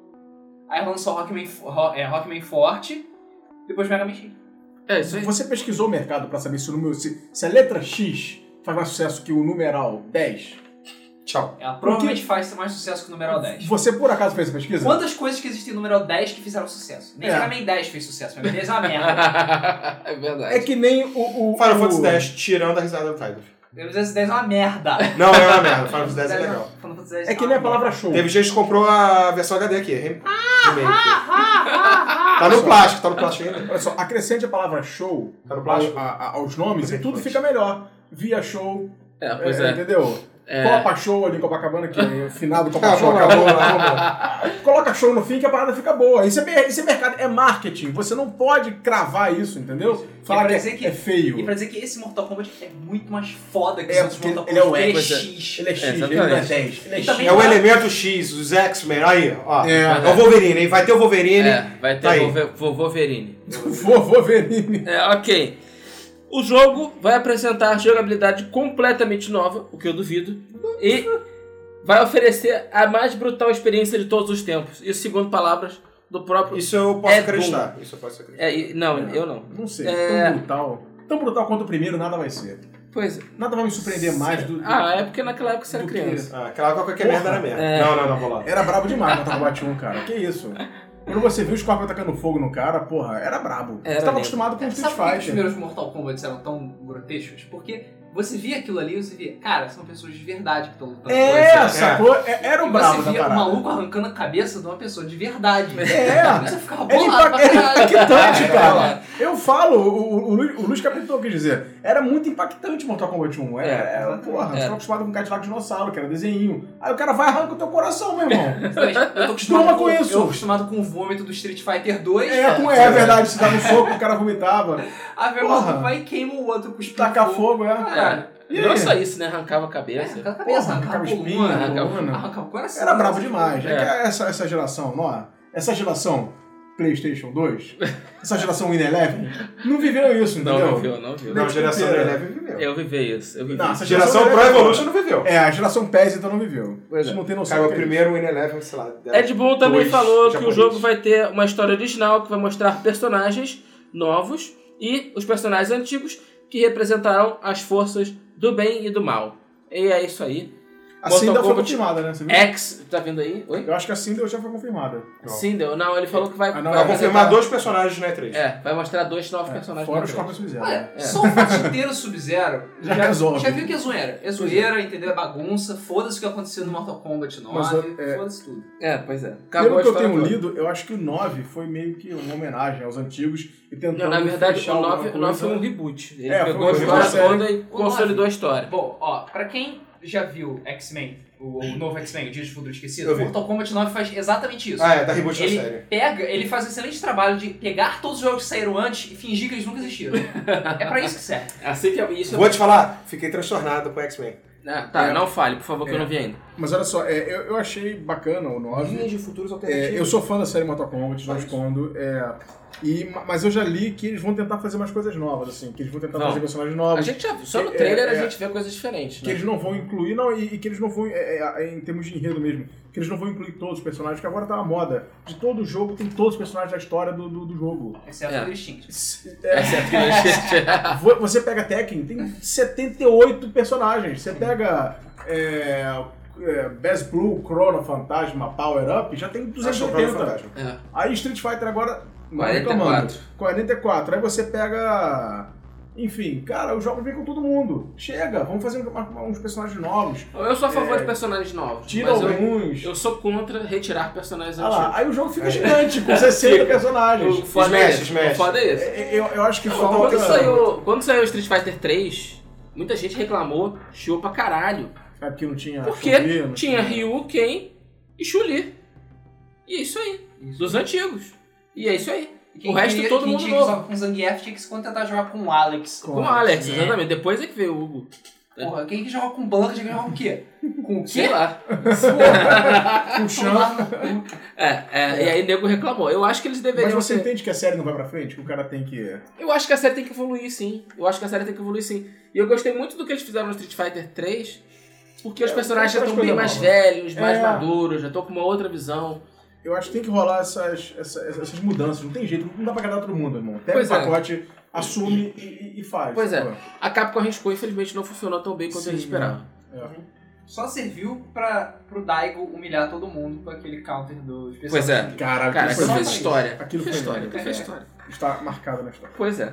Aí lançou Rockman, Fo- Ro- é, Rockman Forte. Depois Mega Man X. É isso aí. Você pesquisou o mercado pra saber se o número. Se, se a letra X faz mais sucesso que o numeral 10? Tchau. Ela provavelmente faz mais sucesso que o numeral 10. Você por acaso fez essa pesquisa? Quantas coisas que existem no numeral 10 que fizeram sucesso? Nem É. Mega Man 10 fez sucesso, Mega Man 10 é uma merda. é É verdade. que nem o. o Final o- Uh. Fantasy 10 tirando a risada do Tiger. Mega Man 10 é uma merda. Não, é uma merda. Final Fantasy 10 é legal. Final Fantasy 10 É que nem a uma merda. palavra show. Teve gente que comprou a versão HD aqui. rem- remake. Tá no plástico, tá no plástico ainda. Olha só, acrescente a palavra show Tá no ao, plástico. a- a- aos nomes e tudo Perfeito. fica melhor. Via show, É, pois é, é. entendeu? É. Copa show ali, Copacabana, que é o finado Copa show acabou. Acabou, acabou, acabou. Coloca show no fim que a parada fica boa. Isso é, mer- isso é mercado, é marketing. Você não pode cravar isso, entendeu? Falar pra que é, dizer que- é feio. E pra dizer que esse Mortal Kombat é muito mais foda que É, os outros porque Mortal ele é o Kombat. X. X. Ele é X, É, ele não é exatamente. 10. Ele é E X. também- É o elemento X, os X-Men. Aí, ó. É. É o Wolverine, hein? Vai ter o Wolverine. É, vai ter Tá aí. Wolver- Wo- Wolverine. Vovô Verini. É, ok. O jogo vai apresentar jogabilidade completamente nova, o que eu duvido, e vai oferecer a mais brutal experiência de todos os tempos. Isso segundo palavras do próprio. Isso eu posso É acreditar. Isso eu posso acreditar. É, e- não, eu não. Não sei, É. tão brutal. Tão brutal quanto o primeiro, nada vai ser. Pois é. Nada vai me surpreender mais do. Ah, é porque naquela época você era Do que? criança. Ah, claro, qualquer Porra. merda era merda. É. Não, não, não, vou lá. Era brabo demais no Mortal Kombat 1, cara. um, Que isso? Quando você viu o Scorpion atacando fogo no cara, porra, era brabo. Era você mesmo. tava acostumado com o Street Sabe é por que os Fighter. primeiros Mortal Kombat eram tão grotescos? Porque você via aquilo ali e você via, cara, são pessoas de verdade que estão lutando. É, é. sacou? É, era o E brabo você da via o parada. maluco arrancando a cabeça de uma pessoa de verdade. É. Você ficava Ele bolado impa- pra caralho. ele é impactante, cara. cara. Eu falo, o, o, o Lu- o Luiz Capitão quer dizer, era muito impactante Mortal Kombat 1. Era, É, era, porra, você era. tava acostumado com um Cadillac Dinossauro, que era desenho. Aí o cara vai e arranca o teu coração, meu irmão. Eu tô Durma acostumado com com isso. Eu tô acostumado com o vômito do Street Fighter 2. É, com é, é verdade, se dava um soco, o cara vomitava, A ver Porra. o vai e queima o outro com os tacar fogo, é. Caralho. E Não aí? só isso, né? Arrancava a cabeça. Arrancava a cabeça, Porra, arrancava arrancava a coluna, espinha, arrancava- coluna. Arrancava o coração. Era brabo demais. É. É. que essa, essa geração, não é? Essa geração PlayStation 2, essa geração Win Eleven, não viveu isso, entendeu? Não, não viu, não viu. Não, a geração inteira. Eleven viveu. Eu vivi isso, eu vivi. Não, essa A geração Pro Eleven- Evolution não viveu. É, a geração PES então não viveu. Pois Isso é. não tem noção. Cara, o que é primeiro Win Eleven, sei lá. era- Ed Boon também Dois falou que o japoneses. jogo vai ter uma história original que vai mostrar personagens novos e os personagens antigos que representarão as forças do bem e do mal. E é isso aí. isso. A Cinda Mortal foi Kombat. confirmada, né? Você viu? X, tá vindo aí? Oi? Eu acho que a Cinda já foi confirmada. Sim, deu. Não, ele falou que vai, Ah, não, vai Vai é apresentar- confirmar dois personagens na E3. É, vai mostrar dois novos personagens. Fora na os frente. Corpos Fizeram. Olha, É. só o fato de ter o Sub-Zero Já resolve. Já viu que é zoeira. É zoeira, entendeu? É bagunça. Foda-se o que aconteceu no Mortal Kombat 9. Mas, é- Foda-se tudo. É, pois é. Acabou Pelo a que eu história tenho um toda. lido, eu acho que o 9 foi meio que uma homenagem aos antigos e tentando. Não, na verdade, fechar o alguma 9, o coisa. 9 foi um reboot. Ele É, pegou a foi um história reboot, toda e assim? consolidou a história. Bom, ó, pra quem já viu X-Men, o, o novo X-Men, o Dia de Futuro Esquecido, Eu vi. Mortal Kombat 9 faz exatamente isso. Ah, é, da reboot da Ele série. pega, ele faz um excelente trabalho de pegar todos os jogos que saíram antes e fingir que eles nunca existiram. é pra isso que serve. Assim que isso. Vou te falar, fiquei transtornado com X-Men. Ah, tá, É. não fale, por favor, que eu não vi ainda. Mas olha só, é, eu, eu achei bacana o Uhum. 9. Linhas de futuros alternativos. É, eu sou fã da série Mortal Kombat, não escondo. É, e, ma- mas eu já li que eles vão tentar fazer umas coisas novas, assim, que eles vão tentar Não. fazer personagens A novos. gente já, só no É, trailer é. a gente vê coisas diferentes. Que Né? eles não vão incluir, não, e, e que eles não vão, é, é, em termos de enredo mesmo, que eles não vão incluir todos os personagens, que agora tá na moda. De todo jogo tem todos os personagens da história do, do, do jogo. Exceto É. o Extinct. Se- Essa é a trilha. vo- Você pega Tekken, tem 78 personagens. Você pega é, é, Best Blue, Chrono, Fantasma, Power Up, já Ah, tem Acho que é o 280. Fantasma. É. Aí Street Fighter agora. não 44. reclamando. 44. Aí você pega. Enfim, cara, os jogos vêm com todo mundo. Chega, vamos fazer um- uma- uns personagens novos. Eu sou a favor É. de personagens novos. Tira mas eu, alguns. eu É. sou contra retirar personagens Ah lá, antigos. aí o jogo fica gigante, com 60 personagens. O foda é Smash, esse. Smash. O foda é esse. É, Eu, eu acho que falta. Quando saiu, quando saiu Street Fighter 3, muita gente reclamou, chiou pra caralho. É porque não tinha. Porque Shuri, não tinha Ryu, Ken e Chun-Li. E é isso aí. Dos antigos. E é isso aí. E quem O resto queria- todo quem mundo tinha que novo. jogar com o Zangief tinha que se contentar de jogar com o Alex. Com o Alex, É. exatamente. Depois é que veio o Hugo. Porra, quem que joga com o Blanca tinha que jogar com o quê? Com o Sei quê? lá. Com chão. É, é, E aí o nego reclamou. Eu acho que eles deveriam. Mas você ter- entende que a série não vai pra frente? Que o cara tem que. Eu acho que a série tem que evoluir sim. Eu acho que a série tem que evoluir sim. E eu gostei muito do que eles fizeram no Street Fighter 3, porque os É, personagens já tem estão outras bem coisas mais velhos, novas. mais É. maduros, já estão com uma outra visão. Eu acho que tem que rolar essas, essa- essas, mudanças. Não tem jeito, não dá pra agradar todo mundo, irmão. Pega Pois o é. pacote, assume e, e- e faz. Pois é. sacou? A Capcom arriscou, infelizmente não funcionou tão bem quanto Sim, eles esperavam. É. Uhum. Só serviu pra, pro Daigo humilhar todo mundo com aquele counter do especial. Pois é. Caralho, Cara, aquilo aquilo foi fez lindo. história. Aquilo fez foi história, lindo. fez É. história. Está marcado na história. Pois é.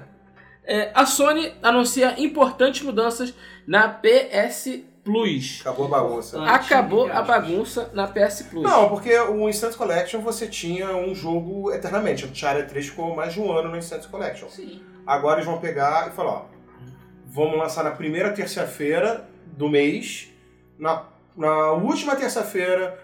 É, A Sony anuncia importantes mudanças na PS Plus. Acabou a bagunça. Acabou a bagunça na PS Plus. Não, porque o Instant Collection você tinha um jogo eternamente. O Charter 3 ficou mais de um ano no Instant Collection. Sim. Agora eles vão pegar e falar, ó, vamos lançar na primeira terça-feira do mês, na, na última terça-feira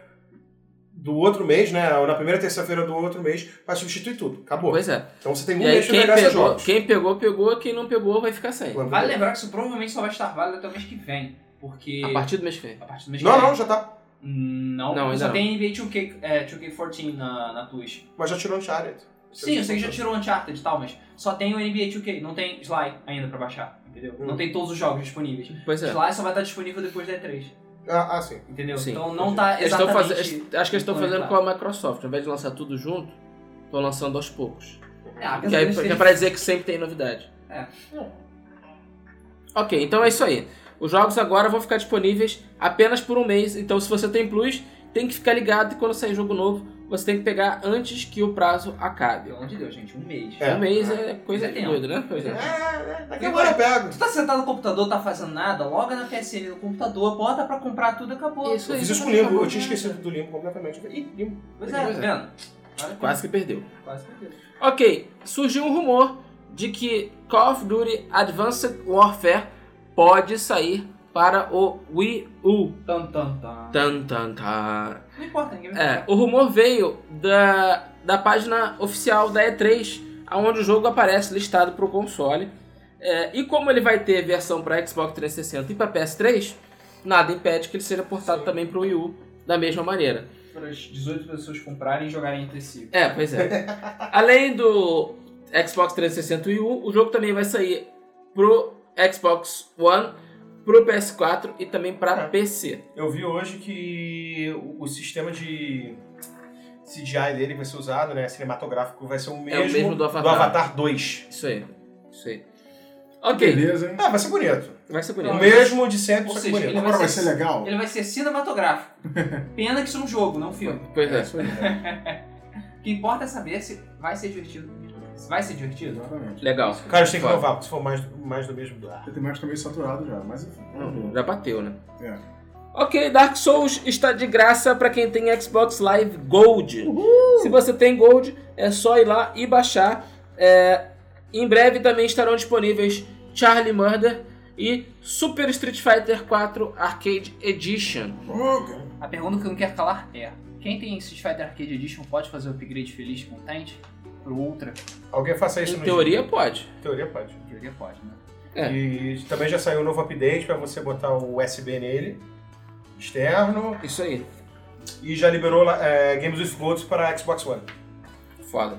do outro mês, né? Ou na primeira terça-feira do outro mês, vai substituir tudo. Acabou. Pois é. Então você tem um E aí mês pra quem pegar esses pegou, jogos. quem pegou, pegou. Quem não pegou, vai ficar sem. Vale lembrar que isso provavelmente só vai estar válido até o mês que vem. Porque. A partir do mês que vem. a partir do mês Não, que vem. não, já tá. Não, Não, ainda só não. tem NBA 2K, é, 2K14 na, na Twitch. Mas já tirou o Charter. Sim, eu sei que já tirou o Uncharted e tal, mas só tem o NBA 2K, não tem Sly ainda pra baixar, entendeu? Hum. Não tem todos os jogos disponíveis. Pois é. Sly só vai estar disponível depois da E3, Ah, ah, sim. entendeu? Sim. Então não tá Eles tão exatamente... faze- eles- acho que eles estão fazendo com conectado. a Microsoft. Ao invés de lançar tudo junto, estão lançando aos poucos. É, apesar Que, aí, deles que é terem- pra dizer que sempre tem novidade. É. Ok, então é isso aí. Os jogos agora vão ficar disponíveis apenas por um mês. Então, se você tem Plus, tem que ficar ligado que quando sair jogo novo, você tem que pegar antes que o prazo acabe. Pelo amor de Deus, gente, um mês. É. um mês é, coisa É de tempo. doido, né? Pois é. É, é, Ah, daqui a hora eu pego. Tu tá sentado no computador, tá fazendo nada, logo na PSN no computador, bota pra comprar tudo e acabou. Isso Eu aí. tá fiz isso com o Limbo, eu né? tinha esquecido do Limbo completamente. um Eu falei, Ih, Limbo. Pois é, Pois tá é. vendo? Olha, Quase que perdeu. Quase que é Ok, surgiu um rumor de que Call of Duty Advanced Warfare pode sair para o Wii U. Tam, tam, tam. Tan, tan, tan. Não importa, ninguém vai Tá. É, o rumor veio da, da página oficial da E3, onde o jogo aparece listado para o console. É, e como ele vai ter versão para Xbox 360 e para PS3, nada impede que ele seja portado também para o Wii U da mesma maneira. Para as 18 pessoas comprarem e jogarem entre si. É, pois é. Além do Xbox 360 e U, o jogo também vai sair pro Xbox One, pro PS4 e também pra É. PC. Eu vi hoje que o, o sistema de CGI dele que vai ser usado, né? Cinematográfico, vai ser o mesmo, É mesmo do Avatar. 2. Isso aí. Isso aí. Ok, Beleza, hein? Ah, vai ser bonito. vai ser O bonito. mesmo de Ou sempre, só que seja, bonito. ele Agora vai ser legal. Ele vai ser cinematográfico. Pena que isso é um jogo, não um filme. Pois é. isso aí. O que importa é saber se vai ser divertido. Se vai ser é um divertido. Exatamente. Legal. Cara, a gente tem que Foda. provar, porque se for mais, do- mais do mesmo. ah, blá. Eu também acho que tá meio saturado já, mas enfim. Já bateu, né? É. Ok, Dark Souls está de graça pra quem tem Xbox Live Gold. Se você tem Gold, é só ir lá e baixar. É, em breve também estarão disponíveis Charlie Murder e Super Street Fighter 4 Arcade Edition. Uhum. A pergunta que eu não quero calar é: quem tem Street Fighter Arcade Edition pode fazer o upgrade feliz e contente pro Ultra? Alguém faça isso Em no teoria, jogo. pode. Em teoria pode. Em teoria pode, né? É. E também já saiu um novo update pra você botar o USB nele, externo, Isso aí, e já liberou lá, é, Games with Gold para Xbox One. foda.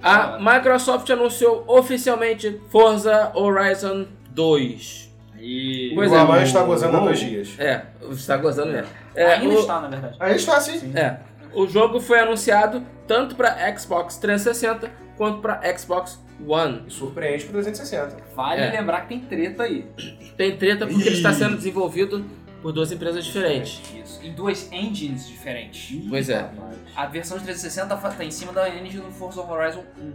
A Microsoft anunciou oficialmente Forza Horizon 2. E... Pois o é, Alan o- está gozando há dois o- dias. É, você tá gozando mesmo. É, Ainda o- está, na verdade. Aí está sim. É, o jogo foi anunciado tanto para Xbox 360 quanto para Xbox One. Surpreende pro 360. Vale É. lembrar que tem treta aí. Tem treta porque ele está sendo desenvolvido por duas empresas diferentes. Isso. E duas engines diferentes. Pois é. A versão de 360 fa- tá em cima da engine do Forza Horizon 1.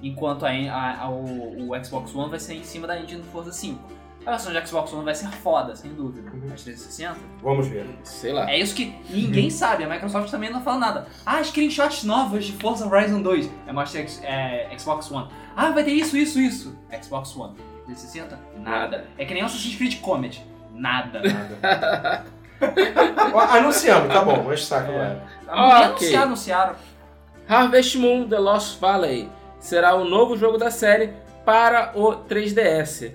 Enquanto a, en- a- a- o, o Xbox One vai ser em cima da engine do Forza 5. A versão de Xbox One vai ser foda, sem dúvida. Mas 360? Vamos ver. Sei lá. É isso que Uhum. ninguém sabe, a Microsoft também não fala nada. Ah, screenshots novas de Forza Horizon 2. É, mostra X- é, Xbox One. Ah, vai ter isso, isso, isso. Xbox One. 360? Nada. É que nem Assassin's Creed Comet. Nada. Ó, Anunciamos, tá bom, mas saca, É. mano. Ah, Nem ok. anunciaram, anunciaram. Harvest Moon The Lost Valley será o novo jogo da série para o 3DS.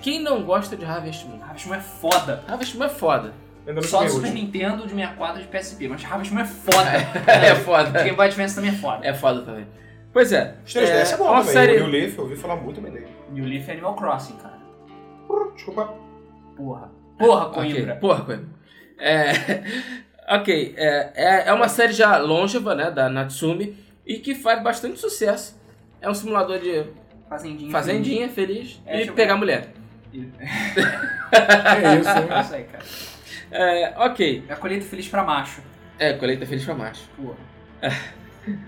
Quem não gosta de Harvest Moon? Harvest Moon é foda. Harvest Moon é foda. Ainda não Só do joguei o Super último. Nintendo, de 64 e de PSP. Mas Harvest Moon é foda. É foda. De Game Boy Advance também é foda. É foda também. Pois é. Os 3DS é, É, bom uma também. série- O New Leaf, eu ouvi falar muito bem dele. New Leaf é Animal Crossing, cara. Desculpa. Porra. Porra, Ok, Coimbra. Porra, Coimbra. É, ok, é, é, é uma série já longeva, né, da Natsumi, e que faz bastante sucesso. É um simulador de Fazendinha. fazendinha, feliz, É, e tipo- pegar mulher. É isso, É hein? isso aí, cara. É, ok, É a colheita feliz pra macho. é, colheita feliz pra macho. Porra.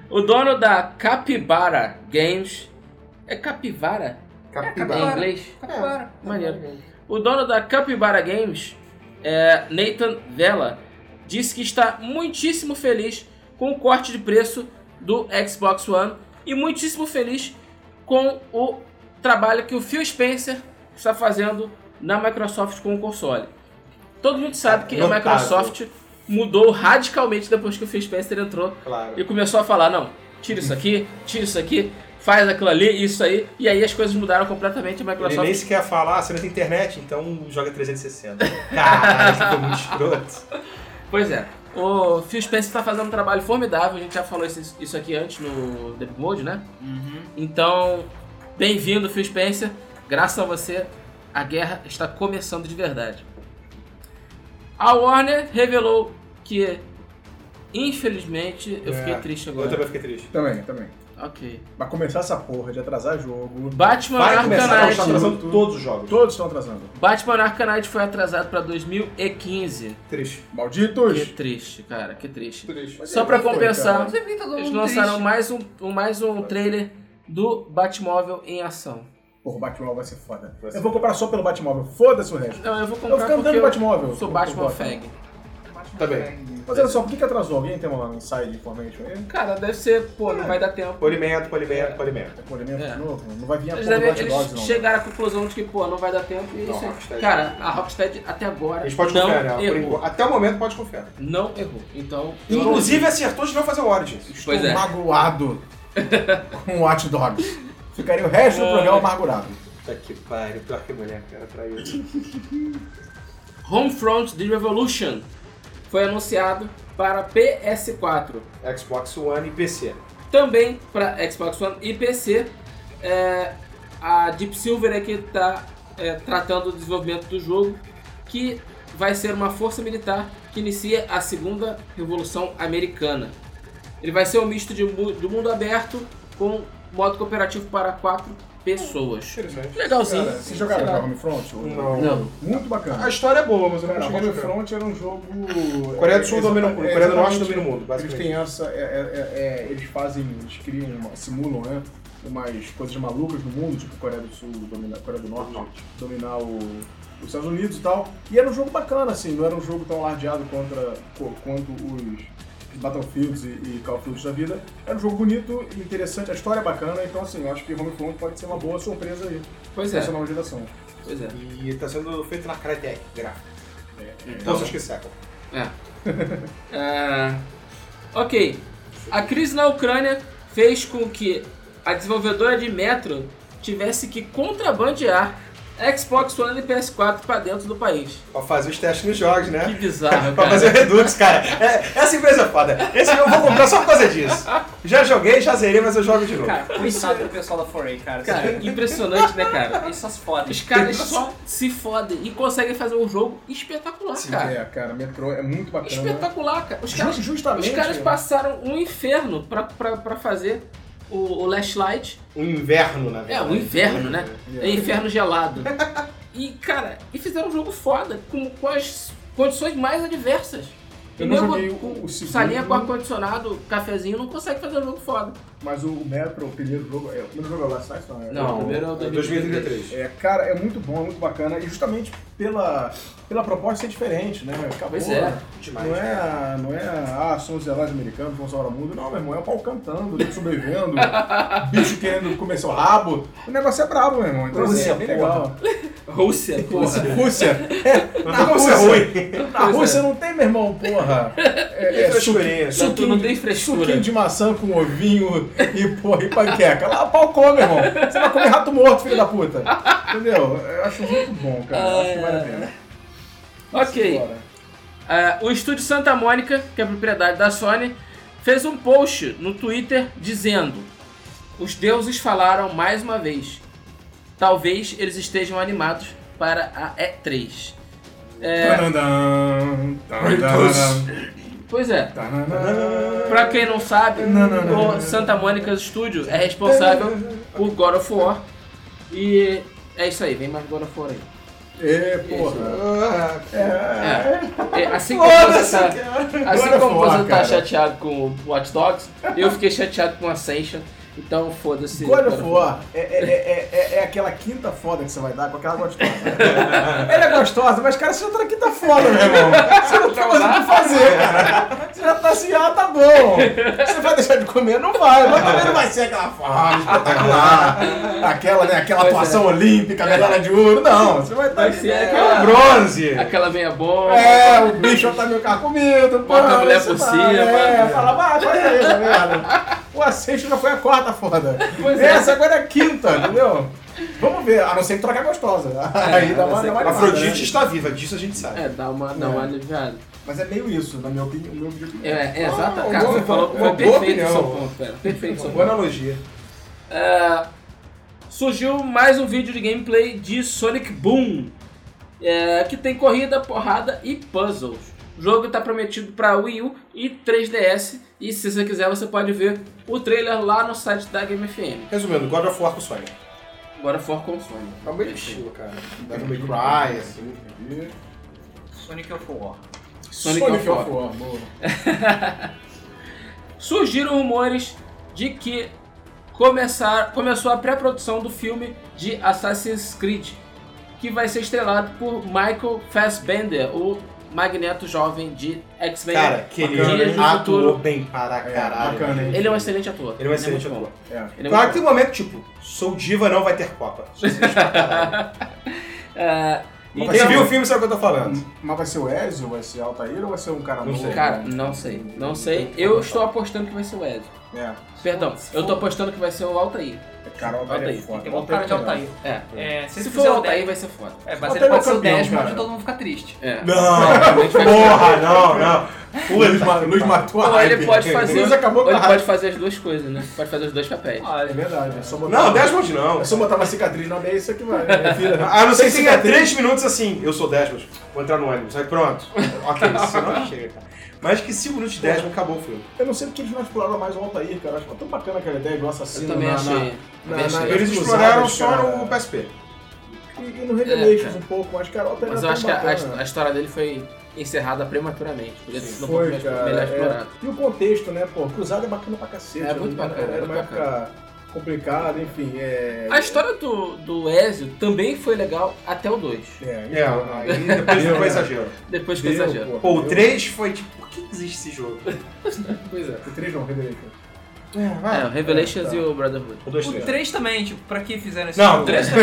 O dono da Capybara Games... É capivara em Capybara. inglês? Capivara. Maneiro. O dono da Capybara Games, é, Nathan Vela, disse que está muitíssimo feliz com o corte de preço do Xbox One e muitíssimo feliz com o trabalho que o Phil Spencer está fazendo na Microsoft com o console. Todo mundo sabe que a Notável. Microsoft mudou radicalmente depois que o Phil Spencer entrou Claro. e começou a falar, não, tira isso aqui, tira isso aqui, faz aquilo ali, isso aí, e aí as coisas mudaram completamente, a Ele Microsoft nem sequer fala, ah, você não tem internet, então joga 360. Caralho, isso foi muito escroto. Pois é. O Phil Spencer tá fazendo um trabalho formidável, a gente já falou isso, isso aqui antes no Deep Mode, né? Uhum. Então, bem-vindo, Phil Spencer. Graças a você, a guerra está começando de verdade. A Warner revelou que Infelizmente, eu fiquei É, triste Eu também agora. fiquei triste. Também, também. Ok. Vai começar essa porra de atrasar jogo. Batman Vai começar a tá estar Arcanite. Arcanite. atrasando todos os jogos. Todos estão atrasando. Batman Arcanite foi atrasado pra 2015. Triste. Que Malditos! triste, cara, que triste. Triste. Só pra Mas foi, compensar, Não sei por que todo eles mundo lançaram triste. mais um, um- mais um trailer do Batmóvel em ação. Porra, o Batmóvel vai ser foda. Vai ser eu vou comprar só pelo Batmóvel. Foda-se o resto. Não, eu vou Eu vou comprar ficar andando porque no eu Batmóvel. sou Eu Batman gosto. Fag. Tá bem. Mas olha só, por que, que atrasou? Alguém tem uma inside information aí? Cara, deve ser, pô, não vai dar tempo. Polimento, polimento, polimento. Pô, elemento É. de novo? Não vai vir a Eles, porra do devem- Watch eles Dogs, não. chegaram à conclusão de que, pô, não vai dar tempo e é Não, isso aí. Rocksteady- Cara, a Rocksteady até agora A gente pode não confiar nela. Por errou. enquanto. Até o momento pode confiar. Não errou. Então, eu não- Inclusive acertou de não fazer o Origins. Pois é. Magoado com Watch Dogs. Ficaria o resto do programa amargurado. Puta que pariu, pior que mulher, cara, traiu. Homefront The Revolution foi anunciado para PS4. Xbox One e PC. também para Xbox One e PC. É, a Deep Silver é que está tratando do desenvolvimento do jogo, que vai ser uma força militar que inicia a Segunda Revolução Americana. Ele vai ser um misto de, mu- de mundo aberto com modo cooperativo para quatro pessoas. Interessante. Legalzinho. Cara, vocês jogaram Sei lá. já Homefront? Não. Não. Muito bacana. A história é boa, mas eu não Cara, cheguei a jogar. Homefront era um jogo. é, Coreia do Sul domina o mundo, exatamente- Coreia do Norte exatamente. domina o mundo, Eles basicamente. têm essa. é- é- é- é, eles fazem. Eles criam, uma- simulam, né? Umas coisas malucas no mundo, tipo Coreia do Sul, domina, Coreia do Norte, Norte. dominar o, os Estados Unidos e tal. E era um jogo bacana, assim, não era um jogo tão alardeado contra, co- quanto os Battlefields e, e Call of Duty da vida. Era um jogo bonito, interessante, a história é bacana, então assim, eu acho que Homefront pode ser uma boa surpresa aí Pois nessa é, nova geração. pois é. E tá sendo feito na Crytek, gráfico. É. Então vocês que secam. Ah, ok. A crise na Ucrânia fez com que a desenvolvedora de Metro tivesse que contrabandear Xbox One e PS4 para dentro do país. Pra fazer os testes nos jogos, Que né? bizarro, Pra fazer o cara. Redux, cara. É- essa empresa é foda. Esse eu vou comprar só por causa disso. Já joguei, já zerei, mas eu jogo de novo. Cara, coitado do pessoal da 4A, cara. Cara, impressionante, né, cara? Eles só se fodem. Os caras só se fodem e conseguem fazer um jogo espetacular, cara. É, cara, Metrô é muito bacana. Espetacular, cara. Os Ju- caras, os justamente. né? caras passaram um inferno pra, pra, pra fazer o, o Last Light. Um inverno, na É, verdade. o inverno, né? É. É inferno gelado. E, cara, e fizeram um jogo foda, com, com as condições mais adversas. Eu e não nego joguei o- com o segundo. né? salinha com ar-condicionado, cafezinho, não consegue fazer um jogo foda. Mas o Metro, o primeiro jogo. É, o primeiro jogo é o Last Night, não? É, Não, o primeiro é o 2033. É, cara, é muito bom, é muito bacana. E justamente pela, pela proposta ser diferente, né? Acabou, Pois é. né? Não é, a- não é, a, ah, somos heróis americanos, vamos salvar o mundo. Não, meu irmão, é o pau cantando, nego sobrevivendo, bicho querendo comer seu rabo. O negócio é brabo, meu irmão. Então, assim, Rússia, é bem legal. Rússia, porra. Rússia. É, na Como é Rússia. ruim. Na é. Rússia não tem, meu irmão, porra. É, é suco- experiência. né? Não, tu não tem frescura. Suquinho de maçã com ovinho e, porra, e panqueca. Lá o pau come, irmão. Você vai comer rato morto, filho da puta. Entendeu? Eu acho muito bom, cara. Eu acho que vale a pena. Ah, Ok. Bora. Ah, o estúdio Santa Mônica, que é propriedade da Sony, fez um post no Twitter dizendo: Os deuses falaram mais uma vez. Talvez eles estejam animados para a E3. É. Tananã, tananã, Pois é. tananã. Pra quem não sabe, Não, não, não. o Santa Mônica Studio é responsável por God of War. E é isso aí, vem mais God of War aí. É, porra. Ah, É, assim como Foda-se, você tá, cara. assim God of como War, você tá cara. chateado com o Watch Dogs, eu fiquei chateado com Ascension. Então foda-se. God of War é, é, é, é, é aquela quinta foda que você vai dar com aquela gostosa. Ela é gostosa, mas cara, você já tá na quinta foda, meu irmão. Você não tem mais o que fazer, cara. Você já tá assim, ah, tá bom. Você vai deixar de comer? Não vai. Mas também não vai ser aquela fome espetacular. Aquela, né, aquela Pois é. atuação olímpica, medalha de ouro. Não, você vai tá né? estar Vai ser É aquela, bronze. aquela meia bomba. É, o bicho tá meio carcomido, pô. Bota a mulher você por tá- cima. É, fala, vai, faz aí, essa merda. O aceite já foi a quarta foda. Pois é. Essa agora é a quinta, entendeu? Vamos ver, a não ser que trocar gostosa. Aí dá uma, dá uma animada, Afrodite né? está viva, disso a gente sabe. É, dá uma, dá uma aliviada. Mas é meio isso, na minha opinião. Meu opinião. É, é exato. uma Cara, boa- você falou, uma é foi boa perfeito o opinião. seu ponto, cara. Perfeito o seu Boa ponto. analogia. surgiu mais um vídeo de gameplay de Sonic Boom, é, que tem corrida, porrada e puzzles. O jogo tá prometido pra Wii U e 3DS. E se você quiser, você pode ver o trailer lá no site da Game FM. Resumindo, God of War com Sonic. Agora for com Sony. É o mesmo estilo, cara. Devil May Cry, assim. Sonic of War. Sonic of War. War, boa. Surgiram rumores de que começar, começou a pré-produção do filme de Assassin's Creed, que vai ser estrelado por Michael Fassbender, o Magneto jovem de X-Men. Cara, que ele Dias é, do atuou Futuro. bem para É, caralho. bacana, hein? Ele é um excelente ator. Ele é um muito excelente bom. ator. É. Ele é Claro muito que tem um momento tipo, sou diva, não vai ter Copa. É, e Mas Quem tem- viu o filme sabe o que eu tô falando. Mas vai ser o Ezio, vai ser Altair ou vai ser um cara Não novo? sei. Cara, não sei, não sei. Eu estou apostando que vai ser o Ezio. É, Perdão, eu tô apostando que vai ser o Altair. cara, o Altair é Altair, foda. Tem uma cara de Altair. É. É, se, Se, ele for fizer o o Altair, 10, vai ser foda. é, mas ele Altair é pode ser o campeão, 10, mas cara. todo mundo fica triste. É. Não! Provavelmente vai ser Porra, não, não. Luiz, ma- Luiz matou a Ou Então, ele hype. pode fazer. Luiz acabou ou com a ele hype. pode fazer as duas coisas, né? Pode fazer os dois papéis. Ah, É verdade, é só botar... Não, 10 minutos não. É só botar uma cicatriz na meia e isso aqui vai. né, filha? A não ser que Sem tenha cicatriz. 3 minutos assim, eu sou Desmond, vou entrar no ônibus, aí pronto. Ok, senão chega, cara. Mas que 5 minutos de Desmond acabou o filme. Eu não sei porque eles não exploraram mais o Altair, cara. Acho que é tão bacana aquela ideia do Eu assassino também na, achei. na- também na- achei. Eles Cruzadas, exploraram só cara. no PSP. na... E, e no Revelations É, um pouco, mas cara, o Altair Mas eu era acho que tão a, bacana. a história dele foi encerrada prematuramente. Podia ter sido um pouco Foi, mais- cara. melhor é. explorado. E o contexto, né, pô? Cruzada é bacana pra cacete. É, muito né? bacana, Era uma muito época complicada, enfim. É... A história do, do Ezio também foi legal até o 2. É, É, então, aí aí depois Deu, ficou né? exagero. Depois ficou deu, exagero. Pô, o deu. 3 foi tipo, por que existe esse jogo? Pois é. O 3 não, Revelations. É, o Ah, Revelations tá. e o Brotherhood. O 2, O 3 também, tipo, pra que fizeram esse Não, o jogo? 3 é.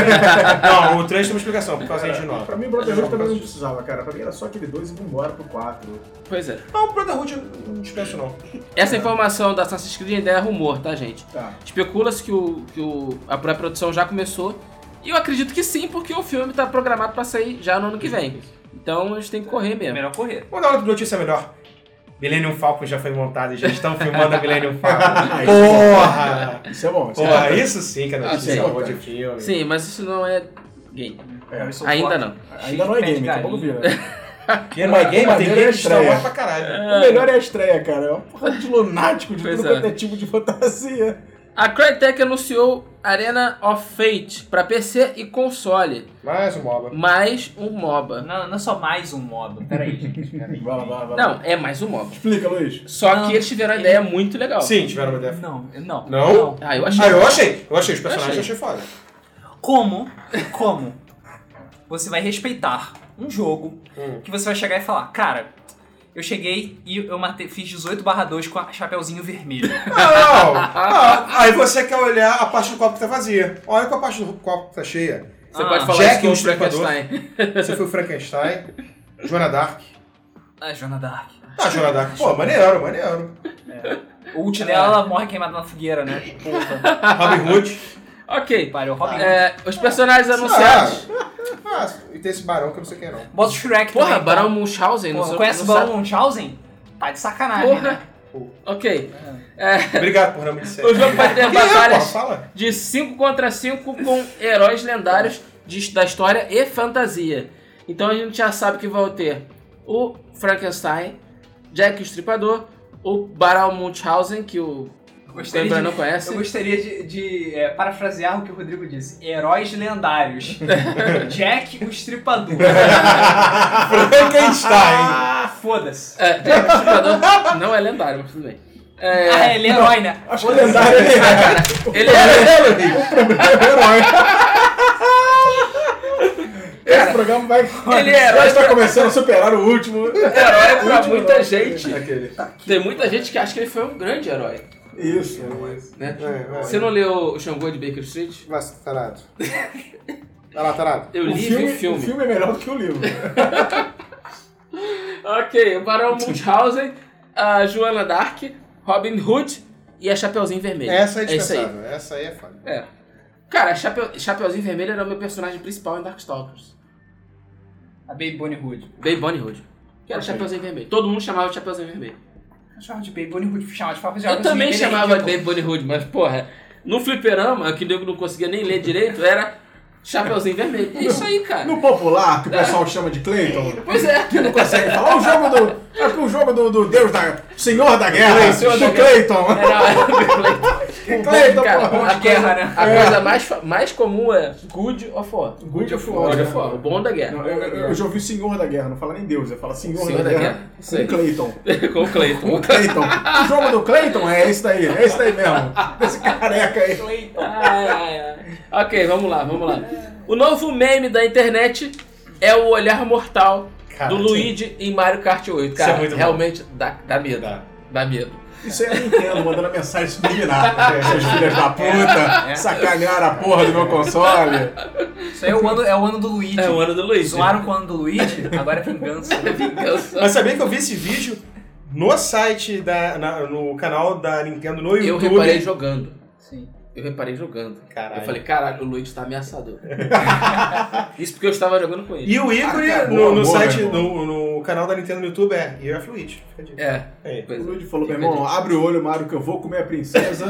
Não, o 3 tem uma explicação, por causa de Cara, nova. Pra mim, o Brotherhood também não precisava, cara. Pra mim era só aquele 2 e vambora pro 4. Pois é. Não, o Brotherhood eu não dispenso não. Essa informação da Assassin's Creed ainda é rumor, tá, gente? Tá. Especula-se que, o, que o, a pré-produção já começou. E eu acredito que sim, porque o filme tá programado pra sair já no ano que vem. Então a gente tem que correr É mesmo. melhor correr. Vamos dar outra notícia é melhor. Millennium Falcon já foi montado e já estão filmando a Millennium Falcon. Ah, isso, Porra! isso é bom. Isso é Porra, isso sim que é Ah, sim. notícia boa de filme. Sim, mas isso não é game. É. Harrison Ainda Ford. não. bom. Ainda não é Pede game, daqui a pouco carinho. vira. é E no My Game Uma tem maneira game de Star estranha. Wars pra caralho. O melhor é a estreia, cara. É uma porra de lunático de Pois tudo é. quanto é tipo de fantasia. A Crytek anunciou Arena of Fate pra PC e console, Mais um MOBA. mais um MOBA. Não, não é só mais um modo. Peraí, gente. Vai lá, vai lá, vai lá. Não, é mais um MOBA. Explica, Luiz. Só Não. que eles tiveram uma ideia muito legal. Ah, Sim, tiveram uma ideia. Não, não. Não? Ah, eu achei. Ah, eu achei. Eu achei os personagens, eu Achei. achei foda. Como? Como? Você vai respeitar um jogo Hum. que você vai chegar e falar, cara, eu cheguei e eu matei, fiz 18 2 com a Chapeuzinho Vermelho. Não! Ah, aí você quer olhar a parte do copo que tá vazia. Olha com a parte do copo que tá cheia. Você Ah. pode falar Jack é um isso e o com o Frankenstein. Você foi o Frankenstein, Joana Dark. Ah, Joana Dark. Ah, Joana Dark. Pô, maneiro, maneiro. O ult dela, ela morre queimada na fogueira, né? Puta. Robin Hood. ok. Pariu, Robin. É, os personagens anunciados. Ah, e tem esse barão que eu não sei quem é não. Bota o Shrek Porra, também. então. Barão Munchausen, não Porra, sei conhece o não Barão sabe- Munchausen? Tá de sacanagem, né? Porra. Ok. Obrigado por não me dizer. O jogo vai ter Quem é, pô? batalhas Fala. de 5 contra 5 com heróis lendários de- da história e fantasia. Então a gente já sabe que vai ter o Frankenstein, Jack o Estripador, o Barão Munchausen, que o Gostaria Coimbra de- não conhece. Eu gostaria de, de, é, parafrasear o que o Rodrigo disse. Heróis lendários. Jack o Estripador. Frankenstein. Ah, Foda-se. É, Jack o Estripador não é lendário, mas tudo bem. É, Ah, ele é herói, né? Acho que lendário um é ele é. Esse programa vai. Ele é herói Já está começando a superar o último. um Herói pra Último muita herói. gente. Aquele. Tem muita gente que acha que ele foi um grande herói, Isso. né? É, é. Você não leu o Xangô de Baker Street? Vai, tarado. Vai lá, tarado. Eu O li filme, vi o filme. o filme é melhor do que o livro. Ok, o Barão Munchausen, a Joana Dark, Robin Hood e a Chapeuzinho Vermelho. Essa é isso aí. dispensável. Essa aí é foda. É. Cara, a Chape- Chapeuzinho Vermelho era o meu personagem principal em Darkstalkers. A Baby Bonnie Hood. Bey Bonnie Hood. Que era Chapeuzinho Vermelho. Todo mundo chamava de Chapeuzinho Vermelho. Eu chamava de Baby Bonnie Hood. Chamava de papo de Eu também chamava de Bey Bonnie Hood, mas porra, no fliperama, que o nego não conseguia nem ler direito, era Chapeuzinho Vermelho. É isso aí, cara. No popular, que o pessoal chama de Clayton, Pois é. que não consegue falar o jogo do. É com o jogo do, do Deus da. Senhor da Guerra, Senhor da do Clayton. Era Clayton, cara, porra. a, guerra, né? a coisa mais, fa- mais comum é good of war. Good of War, Good né? of war, o bom da guerra. Não, eu, eu- eu já ouvi Senhor da Guerra, não fala nem Deus, eu falo Senhor, Senhor da da, Guerra. Guerra, Com sei. Clayton. Com o Clayton. Com Clayton. o jogo do Clayton é esse daí, é esse daí mesmo. Desse careca aí. Ai, ai, ai. Ok, vamos lá, vamos lá. O novo meme da internet é o olhar mortal Cara, do Luigi em Mario Kart 8. Isso é Cara, muito bom. realmente dá, dá medo. Dá. Dá. medo. Isso aí é a Nintendo mandando mensagem subliminar. É, Seus filhos da É, puta, sacanearam a porra do meu console. Isso aí é o ano, é o ano do Luigi. É o ano do Luigi. Zoaram com o ano do Luigi, agora é vingança. Vingança. Mas sabia que eu vi esse vídeo no site, da, na- no canal da Nintendo, no Eu YouTube. reparei jogando. Sim. Eu reparei jogando. Caralho. Eu falei, caralho, o Luigi tá ameaçador. Isso porque eu estava jogando com ele. E o ícone Acabou, no, no amor, site, meu no, no canal da Nintendo no YouTube é Year of Luigi. Fica a dica. É, Aí. O pois é. Luigi falou, meu irmão, abre o olho, Mario, que eu vou comer a princesa.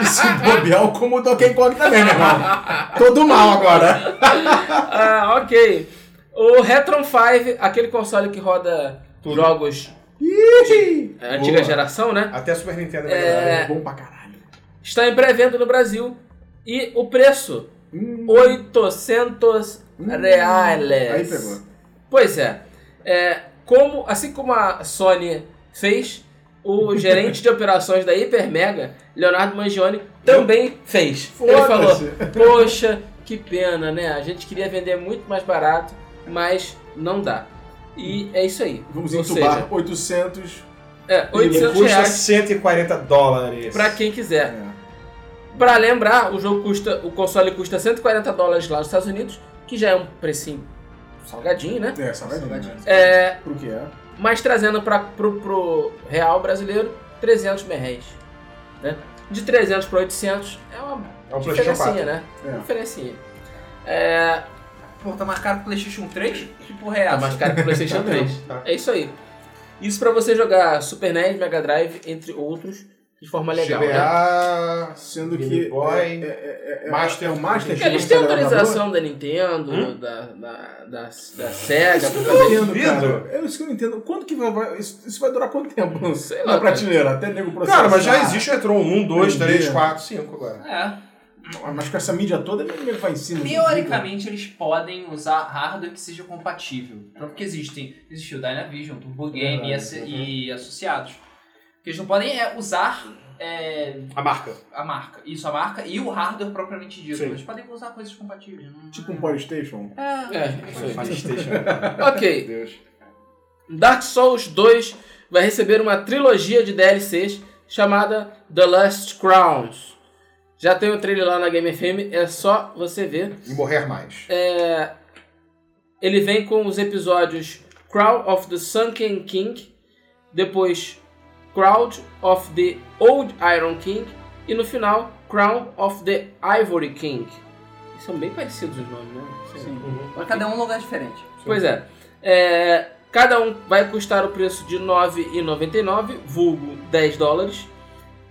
E se bobear, eu como o Donkey Kong também, meu irmão. Todo mal agora. Ah, ok. O Retron 5, aquele console que roda jogos Ih, é, antiga boa. geração, né? Até a Super Nintendo né? É. Bom pra caralho. está em pré-venda no Brasil e o preço Hum, 800 reais. aí pegou. Pois é. É, como assim como a Sony fez, o gerente de operações da Hyper Mega, Leonardo Mangione, também fez. Ele falou: Foda-se. "Poxa, que pena, né? A gente queria vender muito mais barato, mas não dá." E é isso aí. Vamos Ou entubar seja, 800. é, Ele 800 custa reais 140 dólares. para quem quiser. É. Pra lembrar, o jogo custa, o console custa 140 dólares lá nos Estados Unidos, que já é um precinho salgadinho, né? É, salgadinho. É, Pro que é? mas trazendo para pro, pro real brasileiro, 300 merréis, né? De 300 para 800 é uma É um PlayStation 4. diferencinha, né? É. Uma diferencinha. É, Pô, tá mais caro que o PlayStation 3? Tipo, tá real. mais caro que o PlayStation 3. Tá. É isso aí. Isso pra você jogar Super NES, Mega Drive, entre outros, de forma legal, né? GBA. Sendo Game que. Boy, é, é, é, é, Master- um é o Master Porque eles Chief têm Acelerador. autorização da Nintendo, da, da, da, da SEGA, pra Eu fazer não entendo, Duvido. cara. É isso que eu não entendo. Quanto que vai. vai- Isso, isso vai durar quanto tempo? Não sei Sei lá, lá. Na prateleira, até nego processar. Ah, Cara, mas já existe o Retro 1, 2, assim, Entendi. 3, 4, 5 agora. É. Mas com essa mídia toda, ninguém vai ensinar. Teoricamente, eles podem usar hardware que seja compatível. Tanto que existem. Existiu o Dynavision, Turbo Game e, Verdade, uhum. ass- e associados. Porque eles não podem é, usar é, A marca. a marca. Isso, a marca e o hardware propriamente dito. Sim. Eles podem usar coisas compatíveis. não- Tipo um Polystation. É. É, isso aí. PlayStation. Ok, Deus. Dark Souls 2 vai receber uma trilogia de DLCs chamada The Last Crowns. Já tem o trailer lá na Game FM, é só você ver. E morrer mais. É. Ele vem com os episódios Crown of the Sunken King, depois Crown of the Old Iron King e no final Crown of the Ivory King. São bem parecidos os nomes, né? Sei lá. Uhum. Ok. Cada um um lugar diferente. Pois é. É, Cada um vai custar o preço de 9,99, vulgo 10 dólares.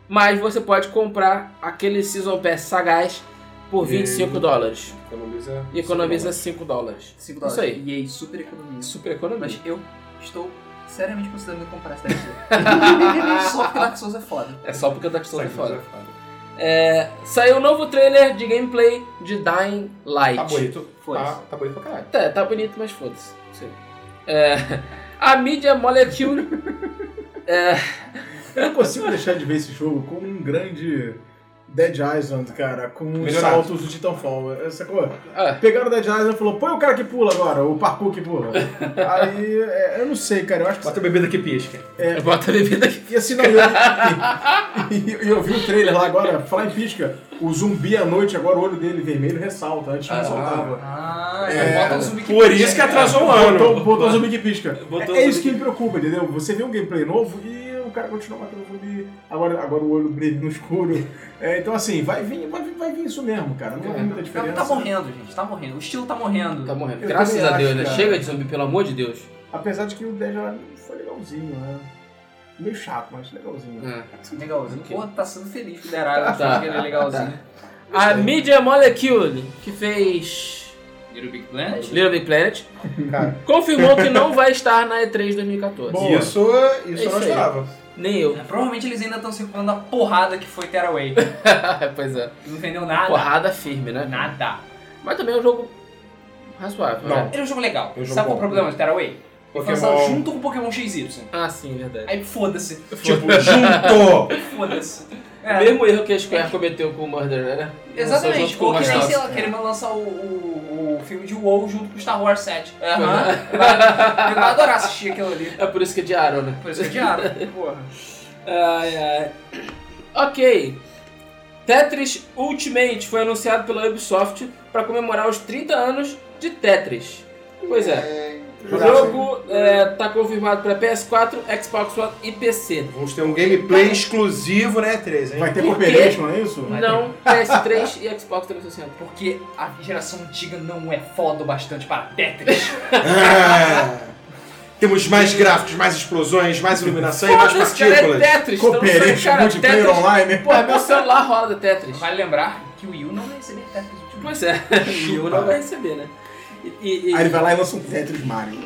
Mas você pode comprar aquele Season Pass sagaz por 25 dólares. Economiza. E economiza 5 dólares. Cinco Isso dólares. aí. E aí, super economia. Super economia. Mas eu estou seriamente considerando comprar essa DLC. Só porque Dark Souls é foda. É só porque o Dark Souls é Sai foda. fora. É, Saiu um novo trailer de gameplay de Dying Light. Tá bonito. Foda-se. Tá, tá bonito pra caralho. Tá, tá bonito, mas foda-se. Não sei. É, a mídia Molecule Eu não consigo deixar de ver esse jogo como um grande Dead Island, cara, com os Melhorado. saltos do Titanfall. é, Sacou? Ah, Pegaram o Dead Island e falou, põe o cara que pula agora, o parkour que pula. Aí, é, eu não sei, cara, eu acho que... Bota o bebê daqui pisca. bota a bebida aqui. E assim, não, e eu, e eu vi o trailer lá agora, falar em pisca, o zumbi à noite, agora o olho dele vermelho ressalta, antes não Ah. soltava. Ah, É. bota um zumbi Por isso que atrasou um ano. Botou, botou o zumbi que pisca. Botou é o isso zumbi que me preocupa, entendeu? Você vê um gameplay novo e o cara continua matando zumbi, agora, agora o olho brilha no escuro. É, então assim, vai vir, vai, vir, vai vir isso mesmo, cara, não vai vir muita Tá, diferença. tá morrendo, gente. Tá morrendo. O estilo tá morrendo. Tá morrendo. Eu Graças também a Deus, acho, né? cara. Chega de zumbi, pelo amor de Deus. Apesar de que o Dead Island foi legalzinho, né? Meio chato, mas legalzinho. É. Legalzinho. Ok. Pô, tá sendo feliz que deram água. Tá. Tá. Ele é legalzinho. A Media Molecule, que fez Little Big Planet. Little Big Planet, Cara. confirmou que não vai estar na E3 2014. Boa. Isso, isso eu É Isso não aí. esperava. Nem eu. É, Provavelmente eles ainda estão circulando a porrada que foi Tearaway. pois é. Não vendeu nada. Porrada firme, né? Nada. Mas também é um jogo razoável, Não. né? Ele é um jogo legal. É um jogo Sabe qual é bom. o problema de Tearaway? Foi lançado Pokémon. junto com o Pokémon XY. Ah, sim, verdade. Aí foda-se. Tipo, junto! Foda-se. É, Mesmo erro que a Square cometeu com o Murder, né? Lançou Exatamente. junto com o Ou que nem, Watch sei Dogs. lá, querendo lançar o, o, o filme de WoW junto com o Star Wars 7. Aham. Aham. Eu vai adorar assistir aquilo ali. É por isso que adiaram, né? Por isso que eu diabo. Porra. Ai, ai. Ok. Tetris Ultimate foi anunciado pela Ubisoft para comemorar os 30 anos de Tetris. Pois é. O assim? jogo está confirmado para PS4, Xbox One e PC. Vamos ter um gameplay exclusivo, né, 3, hein? Vai ter Por quê? cooperation, não é isso? Não PS3 e Xbox 360. Porque a geração antiga não é foda o bastante para Tetris. Ah, temos mais gráficos, mais explosões, mais iluminação e mais Foda-se, cara, é partículas. Tetris. então, Cooperation, cara, multiplayer Tetris- online. Porra, meu celular roda Tetris. Vale lembrar que o Will não vai receber Tetris ultimamente. Pois é, o Will não vai receber, né? E, e- e- Aí ele vai lá e lança um Tetris Mario.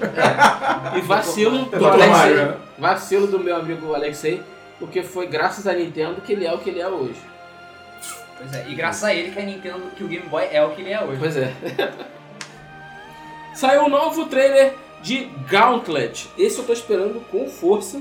E vacilo É do Dr. Alexei. Mario, né? Vacilo do meu amigo Alexei, porque foi graças à Nintendo que ele é o que ele é hoje. Pois é, e graças a ele que a Nintendo, que o Game Boy é o que ele é hoje. Pois é. Saiu um novo trailer de Gauntlet. Esse eu tô esperando com força.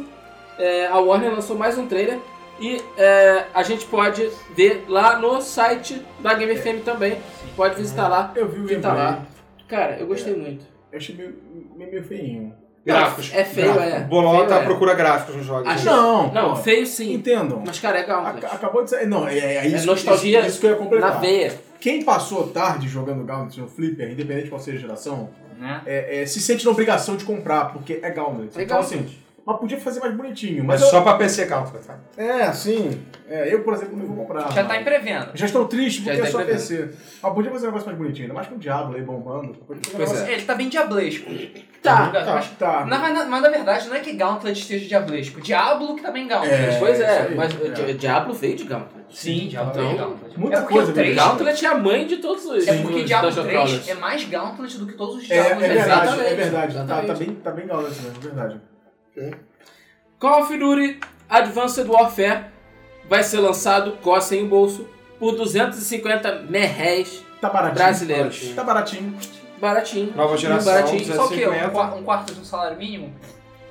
É, a Warner lançou mais um trailer. E é, a gente pode ver lá no site da Game FM também. Pode visitar lá. Eu vi o Que tá gameplay. lá. Cara, eu gostei muito. Eu achei meio, meio, meio feinho. Gráficos. É feio, Gráfico. é. Bolota Feio, é. procura gráficos nos jogos. Acho- Não, Não, pô. feio sim. Entendam. Mas, cara, é Gauntlet. Ac- Acabou de sair. Não, é, é, isso, que- nostalgia isso, isso que eu ia completar. Na veia. Quem passou tarde jogando Gauntlet no Flipper, independente de qual seja a geração, Né? é, é, se sente na obrigação de comprar, porque é Gauntlet. É Então, Gauntlet. assim, mas podia fazer mais bonitinho. Mas Mas, É eu- só pra PC Calfa, tá? É, assim. É, eu, por exemplo, não vou comprar. Já tá em pré-venda. Já estou triste porque Já é tá só entendendo. PC. Mas podia fazer um negócio mais bonitinho, ainda mais com o Diablo aí bombando. Pois é. Ele tá bem diablesco. Tá. Tá, tá. Na, mas, na- mas na verdade não é que Gauntlet esteja diablesco. Diablo que tá bem Gauntlet. É, Pois isso é, aí. mas o É. Di- Diablo veio de Gauntlet. Sim, Diablo então, é Gauntlet. muita é porque coisa o 3, bem Gauntlet. Gauntlet é a mãe de todos os. É porque os Diablo Dungeon 3 Crawlers. é mais Gauntlet do que todos os É, é Diablos já verdade, feitos. é verdade. Tá, tá Exatamente. bem, tá bem Gauntlet mesmo, é verdade. Call of Duty Advanced Warfare vai ser lançado, coça em bolso, por 250 merréis Tá baratinho. brasileiros. Tá baratinho. Baratinho. Nova geração, Baratinho. é Só que um, 150. qua- um quarto de um salário mínimo?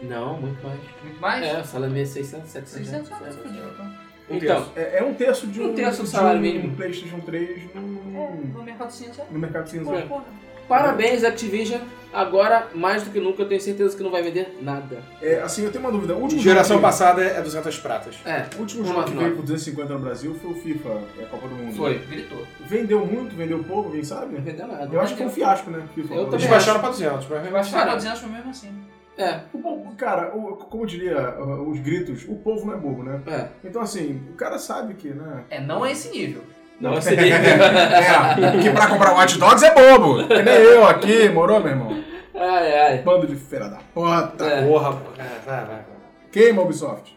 Não, muito mais. Muito mais? É, o salário mínimo é 600, 700. 600 reais por dia, então. Um Então, É, é um terço de um, Um terço do de salário um mínimo. PlayStation 3 É, no, no mercado cinza é. no mercado cinza. É. Porra. parabéns Activision. Agora, mais do que nunca, eu tenho certeza que não vai vender nada. É, assim, eu tenho uma dúvida. O último Geração jogo passada é 200 pratas. É, que, o último Vamos jogo lá, que vamos lá. veio com 250 no Brasil foi o FIFA, é a Copa do Mundo. Foi. Gritou. Vendeu muito, vendeu pouco, quem sabe? não vendeu nada. Eu acho que é um fiasco, né? FIFA. Eu também Desbaixaram pra 200, mas Vai ficar Cara. 400 mas mesmo assim. É, O povo- cara, o- como diria uh, os gritos, o povo não é bobo, né? é. Então, assim, o cara sabe que, né? É, não é esse nível. Não, É, que pra comprar Watch Dogs é bobo! Que nem eu aqui, morou, meu irmão? Ai, ai. Bando de feira da puta! É. Porra, pô. É, vai, vai. Queima, Ubisoft!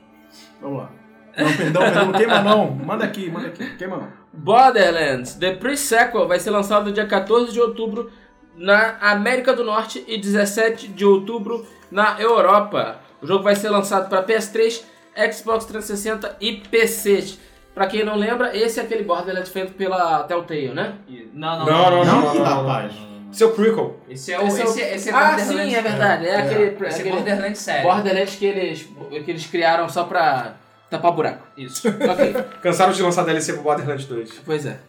Vamos lá. Não, perdão, perdão, não queima não. Manda aqui, manda aqui. Queima não. Borderlands, The Pre-Sequel, vai ser lançado no dia 14 de outubro na América do Norte e 17 de outubro na Europa. O jogo vai ser lançado para PS3, Xbox 360 e PCs. Pra quem não lembra, esse é aquele Borderlands feito pela Telltale, né? Não, não, Não, não, não. rapaz. Seu prequel. Esse é o. Esse é o- Esse é, esse é ah, Borderlands. sim, é verdade. É, É. aquele, Esse é aquele Borderlands sério. Borderlands que eles, que eles criaram só pra tapar buraco. Isso. Ok. Cansaram de lançar DLC pro Borderlands 2. Pois é.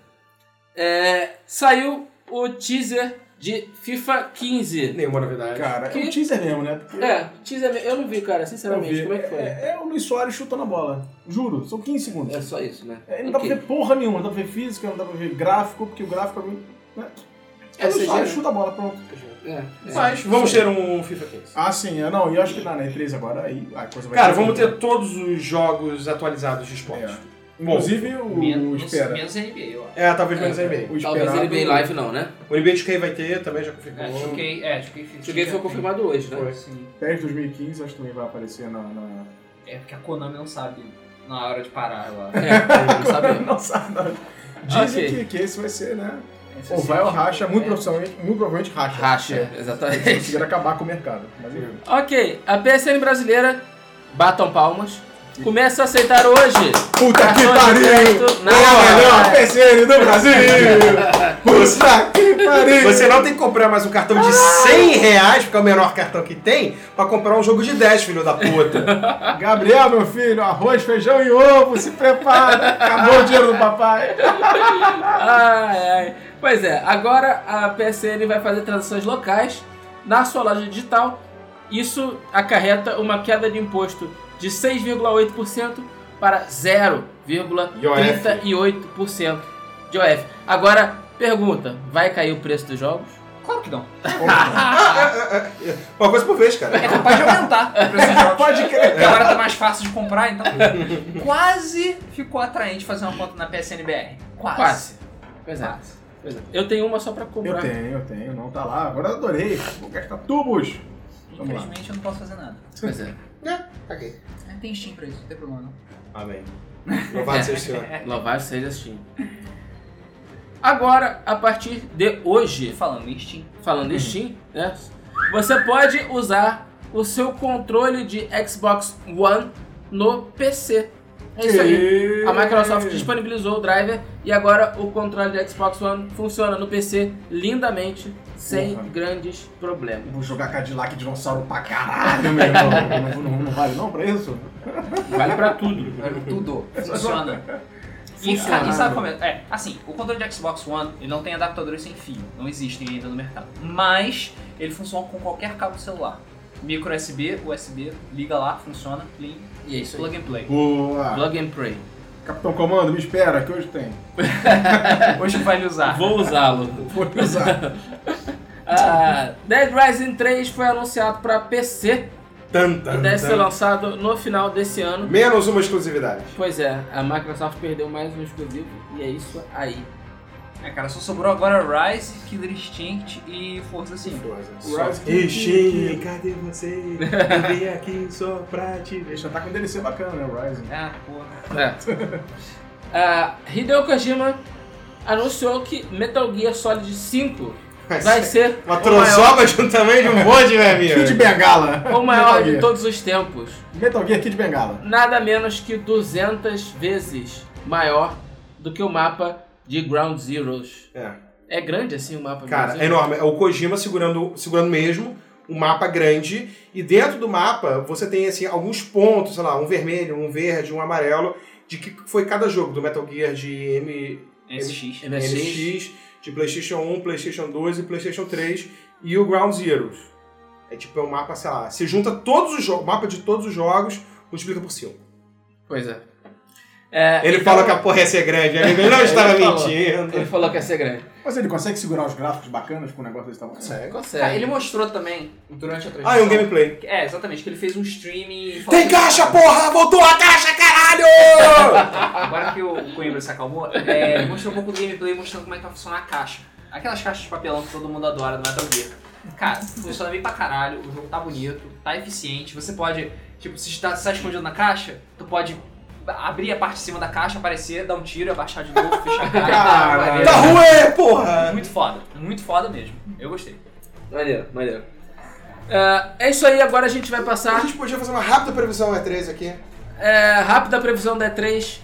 É, Saiu o teaser de FIFA 15. Nenhuma novidade. Cara, é um Que- teaser mesmo, né? Porque É, teaser eu não vi, cara, eu sinceramente. vi. Como é que foi? É, É, é o Luiz Soares chutando a bola. Juro, são 15 segundos. só isso, né? É, não dá pra ver porra nenhuma, não dá pra ver física, não dá pra ver gráfico, porque o gráfico é muito. Né? É, É, você você já- chuta a bola, pronto. É, é. Mas vamos ter um FIFA 15. Ah, sim, é, não, e eu acho que na E3 agora aí a coisa vai Cara, ser- assim. vamos ter todos os jogos atualizados de esporte. É. Inclusive o, o Menos, Espera. menos NBA, eu acho. É, talvez menos NBA. O Talvez esperado. ele bem live não, né? O NBA 2K vai ter, também já confirmou. É, choquei. É, choquei. Joguei foi confirmado hoje, né? Foi. Sim. 10 de 2015, acho que também vai aparecer na. na... É porque a Konami não sabe na hora de parar, eu acho. É, não sabe. Não sabe nada. Dizem Ok. que, que esse vai ser, né? Esse Ou vai ou assim, racha, tipo, muito, é. provavelmente, muito provavelmente racha. Racha, É. Se exatamente. conseguir acabar com o mercado. Mas enfim. ok, a PSN brasileira, batam palmas, começa a aceitar hoje. Puta que Cartões de pariu! crédito na É a hora. melhor PSN do Brasil! Puta que pariu! Você não tem que comprar mais um cartão de 100 reais, porque é o menor cartão que tem, pra comprar um jogo de 10, filho da puta. Gabriel, meu filho, arroz, feijão e ovo, se prepara! Acabou o dinheiro do papai! Ai, ai. Pois é, agora a PSN vai fazer transações locais na sua loja digital. Isso acarreta uma queda de imposto de 6,8% para 0,38% de OF. Agora, pergunta, vai cair o preço dos jogos? Claro que não. Ah. Uma coisa por vez, cara. É capaz de aumentar. o preço dos jogos. Pode crer! Porque agora tá mais fácil de comprar, então. Quase ficou atraente fazer uma conta na PSNBR. Quase. Pois é. Pois é. Eu tenho uma só pra Eu comprar. tenho, eu tenho, não tá lá. Agora eu adorei. Vou gastar tubos! Vamos lá. Infelizmente eu não posso fazer nada. Pois é. Caguei. É, Tem Steam pra isso, não tem problema não. Amém. Louvado seja o Senhor. Louvado seja Steam. Agora, a partir de hoje, E falando em Steam, falando em Steam, né? Você pode usar o seu controle de Xbox One no PC. É isso aí. A Microsoft disponibilizou o driver e agora o controle de Xbox One funciona no PC lindamente, sem Porra. grandes problemas. Vou jogar Cadillac e dinossauro pra caralho, meu irmão! Não, não- não vale não pra isso? Vale pra tudo. tudo funciona. E, Funciona. e sabe como é? É, assim, o controle de Xbox One, ele não tem adaptadores sem fio. Não existem ainda no mercado. Mas, ele funciona com qualquer cabo de celular. Micro USB, USB, liga lá, funciona, clean, E é isso aí. plug and play. Boa! Plug and pray. Capitão Comando, me espera, que hoje tem. Hoje vai usar. Vou usá-lo. Vou usar. Ah, Dead Rising 3 foi anunciado pra PC Tanta. e deve ser lançado no final desse ano. Menos uma exclusividade. Pois é, a Microsoft perdeu mais um exclusivo e é isso aí. É, cara, só sobrou agora Rise, Killer Instinct e Força 5. Ixi, cadê você? Eu vim aqui só pra te ver. Deixa, tá com DLC bacana, né, o Ryzen? Ah, porra. É. Ah, Hideo Kojima anunciou que Metal Gear Solid 5 vai ser Uma o maior, trozoba de um tamanho de um monte, meu amigo. Kid Bengala! o maior Metal de Gear. todos os tempos. Metal Gear Kid Bengala. Nada menos que 200 vezes maior do que o mapa de Ground Zeroes. É. É grande assim o mapa de Cara, Ground é Zeroes? enorme. É o Kojima segurando, segurando mesmo um mapa grande. E dentro do mapa, você tem assim, alguns pontos, sei lá, um vermelho, um verde, um amarelo, de que foi cada jogo do Metal Gear de M, SX. MSX. MSX, de PlayStation 1, PlayStation 2 e PlayStation 3 e o Ground Zeroes. É tipo, é um mapa, sei lá, se junta todos os jogos, mapa de todos os jogos, multiplica por 5. Pois é. É, Ele então- fala que a porra ia ser grande, amigo. Ele não Ele estava falou. mentindo. Ele falou que ia ser grande. Mas ele consegue segurar os gráficos bacanas com o negócio desse tamanho? Sério? Consegue. Ah, ele mostrou também, durante a transmissão. Ah, e um gameplay. É, exatamente, que ele fez um stream e... falou Tem que- caixa, porra! Voltou a caixa, caralho! Agora que o Coimbra se acalmou, é, mostrou um pouco do gameplay mostrando como é que vai funcionar a caixa. Aquelas caixas de papelão que todo mundo adora do Metal Gear. Cara, funciona bem pra caralho, o jogo tá bonito, tá eficiente, você pode, tipo, se está, se está escondido na caixa, tu pode abrir a parte de cima da caixa, aparecer, dar um tiro, abaixar de novo, fechar a caixa. Caralho. vai ver. Da rua é, porra! Muito foda, muito foda mesmo. Eu gostei. Maneiro, maneiro. Ah, é isso aí, agora a gente vai A passar gente podia fazer uma rápida previsão E3 aqui. é, rápida previsão da E3.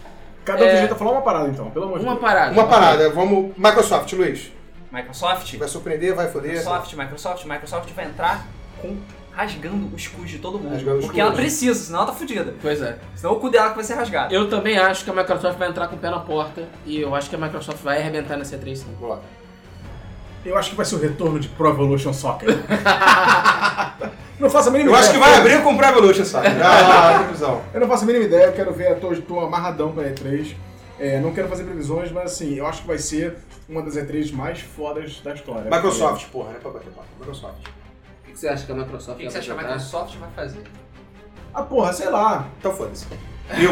Cada um jeito a falar uma parada, então, pelo amor de Uma Deus. parada. É. Uma parada, vamos. Microsoft, Luiz. Microsoft, Vai surpreender, vai foder. Microsoft, Microsoft, Microsoft vai entrar com rasgando os cus de todo mundo. Rasgando os Porque cus. ela precisa, senão ela tá fudida. Pois é. Senão o cu dela que vai ser rasgado. Eu também acho que a Microsoft vai entrar com o pé na porta e eu acho que a Microsoft vai arrebentar nessa E3 sim. Vamos lá. Eu acho que vai ser o retorno de Pro Evolution Soccer. não faço a mínima Eu ideia. acho que vai abrir com o Pro Evolution, sabe? Ah, previsão. Eu não faço a mínima ideia, eu quero ver, tô, tô amarradão pra E3. É, não quero fazer previsões, mas assim, eu acho que vai ser uma das E3 mais fodas da história. Microsoft, porra, né? Pra bater papo. Microsoft. O que você acha que a Microsoft O que, que você acha que a vai entrar? Microsoft vai fazer? Ah, porra, sei lá. Então foda-se. Eu,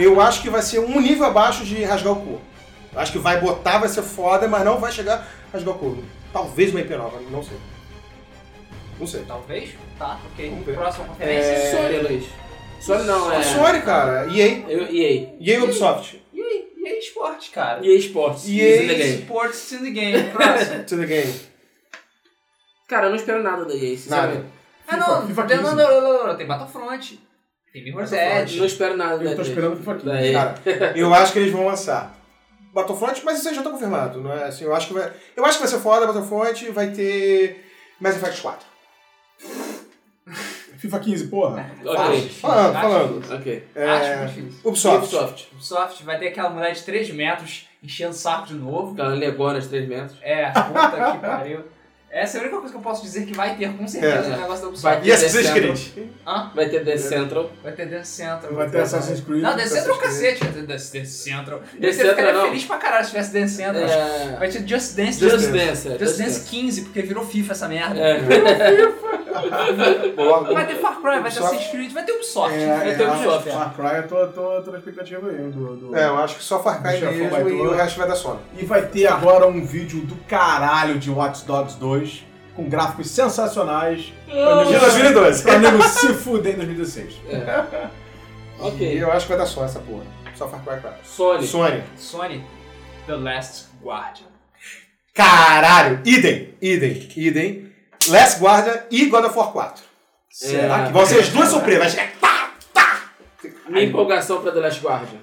eu acho que vai ser um nível abaixo de rasgar o cu. Eu acho que vai botar, vai ser foda, mas não vai chegar a rasgar o cu. Talvez uma IP nova, não sei. Não sei. Talvez? Tá, Vamos ok. ver. É. Próxima conferência. Sony, Luiz. Sony não, é. Sony, cara. E aí? Eu, e aí? E aí, Ubisoft? E aí? E é esporte, cara. E esportes. E is in the é game. Esportes in the game. Próximo. To the game. Cara, eu não espero nada da EA, sinceramente. ah, não. FIFA tem- 15. não, não, não, não, não. Tem Battlefront. Tem Mirror's Edge. É, Não espero nada da Eu tô EA. esperando o FIFA 15. Da EA. Cara, eu acho que eles vão lançar. Battlefront, mas isso aí já tá confirmado, não é? Assim, eu, acho que vai, eu acho que vai ser foda, Battlefront vai ter Mass Effect 4. FIFA 15, porra. Ok, Acho- Falando, acho falando. difícil. ok. Acho É, difícil. Ubisoft. Ubisoft. Ubisoft vai ter aquela mulher de 3 metros enchendo o saco de novo. Aquela negona de 3 metros. É, puta que pariu. Essa é a única coisa que eu posso dizer que vai ter, com certeza, É. no negócio da Vai ter Ubisoft. E The Assassin's Central. Creed. Hã? Vai ter The Central. Vai ter Dance É, Central. Vai ter Assassin's Creed. Não, Dance Central é o Assassin's cacete. Vai ter Dance Dance Central. Dance Eu ficaria Central não. feliz pra caralho se tivesse Dance Central. É... Vai ter Just Dance Just Dance. é, Just Dance 15, porque virou FIFA essa merda. É. Boa- Vai ter Far Cry, vai ter Ubisoft. Assassin's Creed, vai ter um Ubisoft. É. Vai ter Ubisoft. Far Cry, eu tô, tô, tô na expectativa aí do... do- É, eu acho que só Far Cry Deixa eu então. mesmo falar, e vai o tu. resto vai dar Sony. E vai ter agora um vídeo do caralho de Watch Dogs 2, com gráficos sensacionais, pra De nego- 2012. pra nego se fuder em 2016. E Ok. eu acho que vai dar Sony essa porra. Só Far Cry 4. Sony. Sony. Sony, The Last Guardian. Caralho! Idem, idem, idem. Last Guardian e God of War 4. Será Vão ser as duas surpresas. é, Minha empolgação pra The Last Guardian.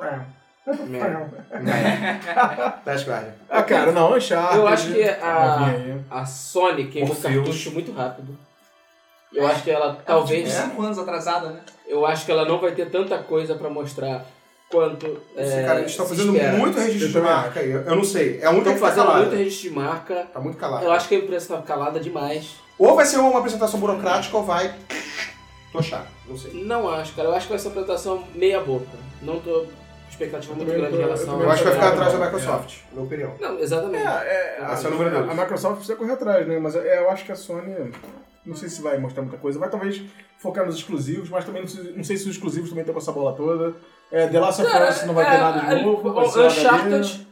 É. Merda. é. Last Guardian. Ah, cara, não, Uncharted. Eu acho que Vai a, vir aí. a Sony queimou Orfeus. cartucho muito rápido. Eu acho que ela É, talvez. 5 anos atrasada, né? Eu acho que ela não vai ter tanta coisa pra mostrar quanto. É, Cara, eles estão se fazendo espera. muito registro Eu de também marca aí. Eu eu não sei. É a única Estão que tá fazendo muito calada. registro de marca. Tá muito calada. Eu acho que a imprensa tá calada demais. Ou vai ser uma apresentação burocrática ou vai tochar. Não sei. Não acho, cara. Eu acho que vai ser uma apresentação meia boca. Não tô com expectativa muito também grande tô- em eu relação também Eu a- acho que vai ficar É. atrás da Microsoft, na minha opinião. Não, exatamente. É, é, a, Esse é o número dois. a Microsoft precisa correr atrás, né? Mas é, eu acho que a Sony, não sei se vai mostrar muita coisa, vai talvez focar nos exclusivos, mas também não sei, não sei se os exclusivos também estão com essa bola toda. É, The Last of Us não vai ter nada de novo. vai ser um é, HD. Uncharted,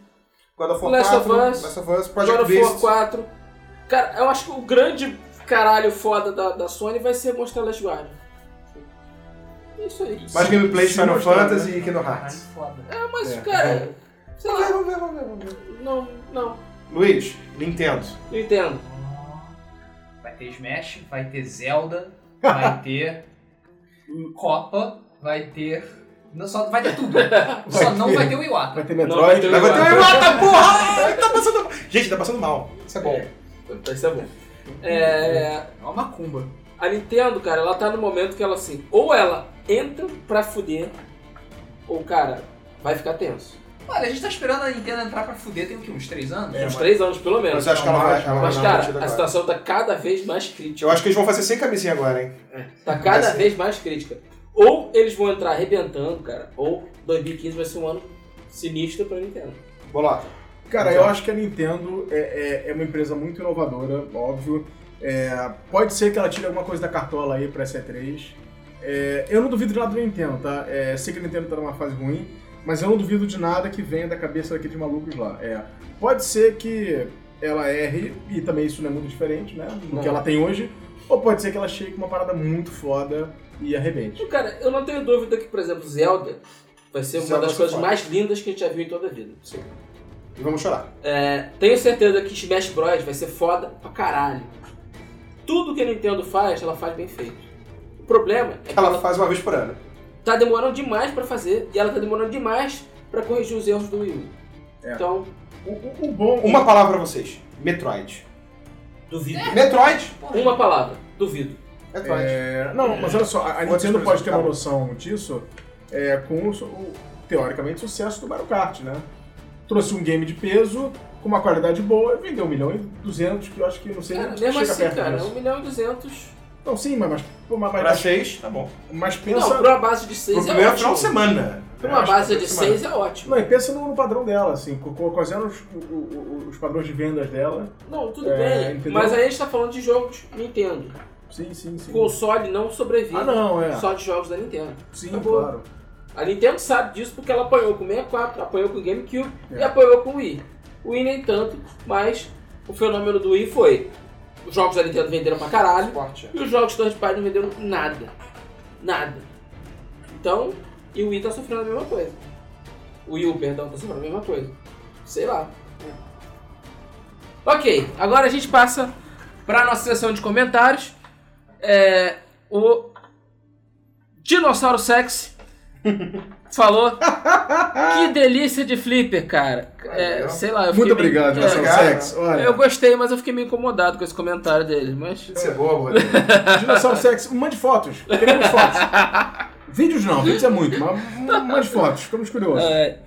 God of War Last 4, of Us, Last of Us, God Project of War Beast. 4. Cara, eu acho que o grande caralho foda da, da Sony vai ser mostrar Last Guardian. Isso aí. Mais gameplay de Se Final né? mostrar, Fantasy e Kingdom Caralho, Hearts. foda. É, mas, É. cara, sei lá, Vamos ver, vamos ver, vamos ver. não, não, Luiz, Nintendo. não entendo. Vai ter Smash, vai ter Zelda, vai ter Copa, vai ter. Não, só, vai ter tudo. só Vai não ter. vai ter o Iwata. Vai ter Não vai Metroid. ter Mas vai ter Iwata. uma mata, porra! Tá passando mal. Gente, tá passando mal. Isso é bom. Vai ser bom. É, É uma macumba. a Nintendo, cara, ela tá no momento que ela, assim, ou ela entra pra fuder, ou, cara, vai ficar tenso. Olha, a gente tá esperando a Nintendo entrar pra fuder tem o quê? Uns 3 anos? É, Uns mas- três anos, pelo menos. Mas eu acho que ela vai. Ela Mas, vai dar uma batida cara, a agora. situação tá cada vez mais crítica. Eu acho que eles vão fazer sem camisinha agora, hein? Tá cada Vai ser. vez mais crítica. Ou eles vão entrar arrebentando, cara, ou 2015 vai ser um ano sinistro pra Nintendo. Bolota. Cara, eu acho que a Nintendo é, é- é uma empresa muito inovadora, óbvio. É, pode ser que ela tire alguma coisa da cartola aí pra E3. É, eu não duvido de nada da Nintendo, tá? É, sei que a Nintendo tá numa fase ruim, mas eu não duvido de nada que venha da cabeça daqueles malucos lá. É, pode ser que ela erre, e também isso não é muito diferente, né? Do que ela tem hoje. Ou pode ser que ela chegue com uma parada muito foda e arrebente. Então, Cara, eu não tenho dúvida que, por exemplo, Zelda vai ser uma Zelda das se coisas fala. mais lindas que a gente já viu em toda a vida. É, E vamos chorar. Tenho certeza que Smash Bros vai ser foda pra caralho. Tudo que a Nintendo faz, ela faz bem feito. O problema é que Ela ela faz uma vez por ano. tá demorando demais pra fazer e ela tá demorando demais pra corrigir os erros do Wii U. É. Então, O, o- o bom. Uma palavra pra vocês. Metroid. duvido. É. Metroid? Uma palavra, duvido. Metroid. É, não, mas olha só, a, a Outras Nintendo pode coisas, ter uma tá. noção disso é, com o, su- o- teoricamente, o sucesso do Mario Kart, né? Trouxe um game de peso, com uma qualidade boa, e vendeu 1 milhão e 200, que eu acho que não sei Cara, nem se mesmo um chega assim, perto cara, 1 disso. milhão e 200. Não, sim, mas, mas, pô, mas, Pra mas, seis, tá bom. mas Não, pensa... pra uma base de 6 Pro é primeiro final de ótimo. semana. Pra Eu uma acho base que de pro primeiro 6 é ótimo. Não, e pensa no, no padrão dela, assim, co- co- quais eram os, o- o- os padrões de vendas dela. Não, tudo É, bem. entendeu? Mas aí a gente tá falando de jogos Nintendo. Sim, sim, sim. Console não sobrevive Ah, não, é. só de jogos da Nintendo. Sim, Acabou. claro. A Nintendo sabe disso porque ela apanhou com o 64, apanhou com o GameCube É. e apanhou com o Wii. O Wii nem tanto, mas o fenômeno do Wii foi os jogos da Nintendo venderam pra caralho Esporte. e os jogos third party não venderam nada. Nada. Então, e o Wii tá sofrendo a mesma coisa. O Wii U, perdão, tá sempre a mesma coisa. Sei lá. Ok, agora a gente passa para nossa sessão de comentários. É, o Dinossauro Sexy falou que delícia de flipper, cara. É, sei lá, eu Muito fiquei meio- obrigado, é, Dinossauro cara. Sex. Olha, eu gostei, mas eu fiquei meio incomodado com esse comentário dele. Mas Você é bobo, né? Dinossauro Sex, mande fotos. Queremos fotos. Vídeos não, vídeos é muito, mas mande fotos. Ficamos curiosos. É,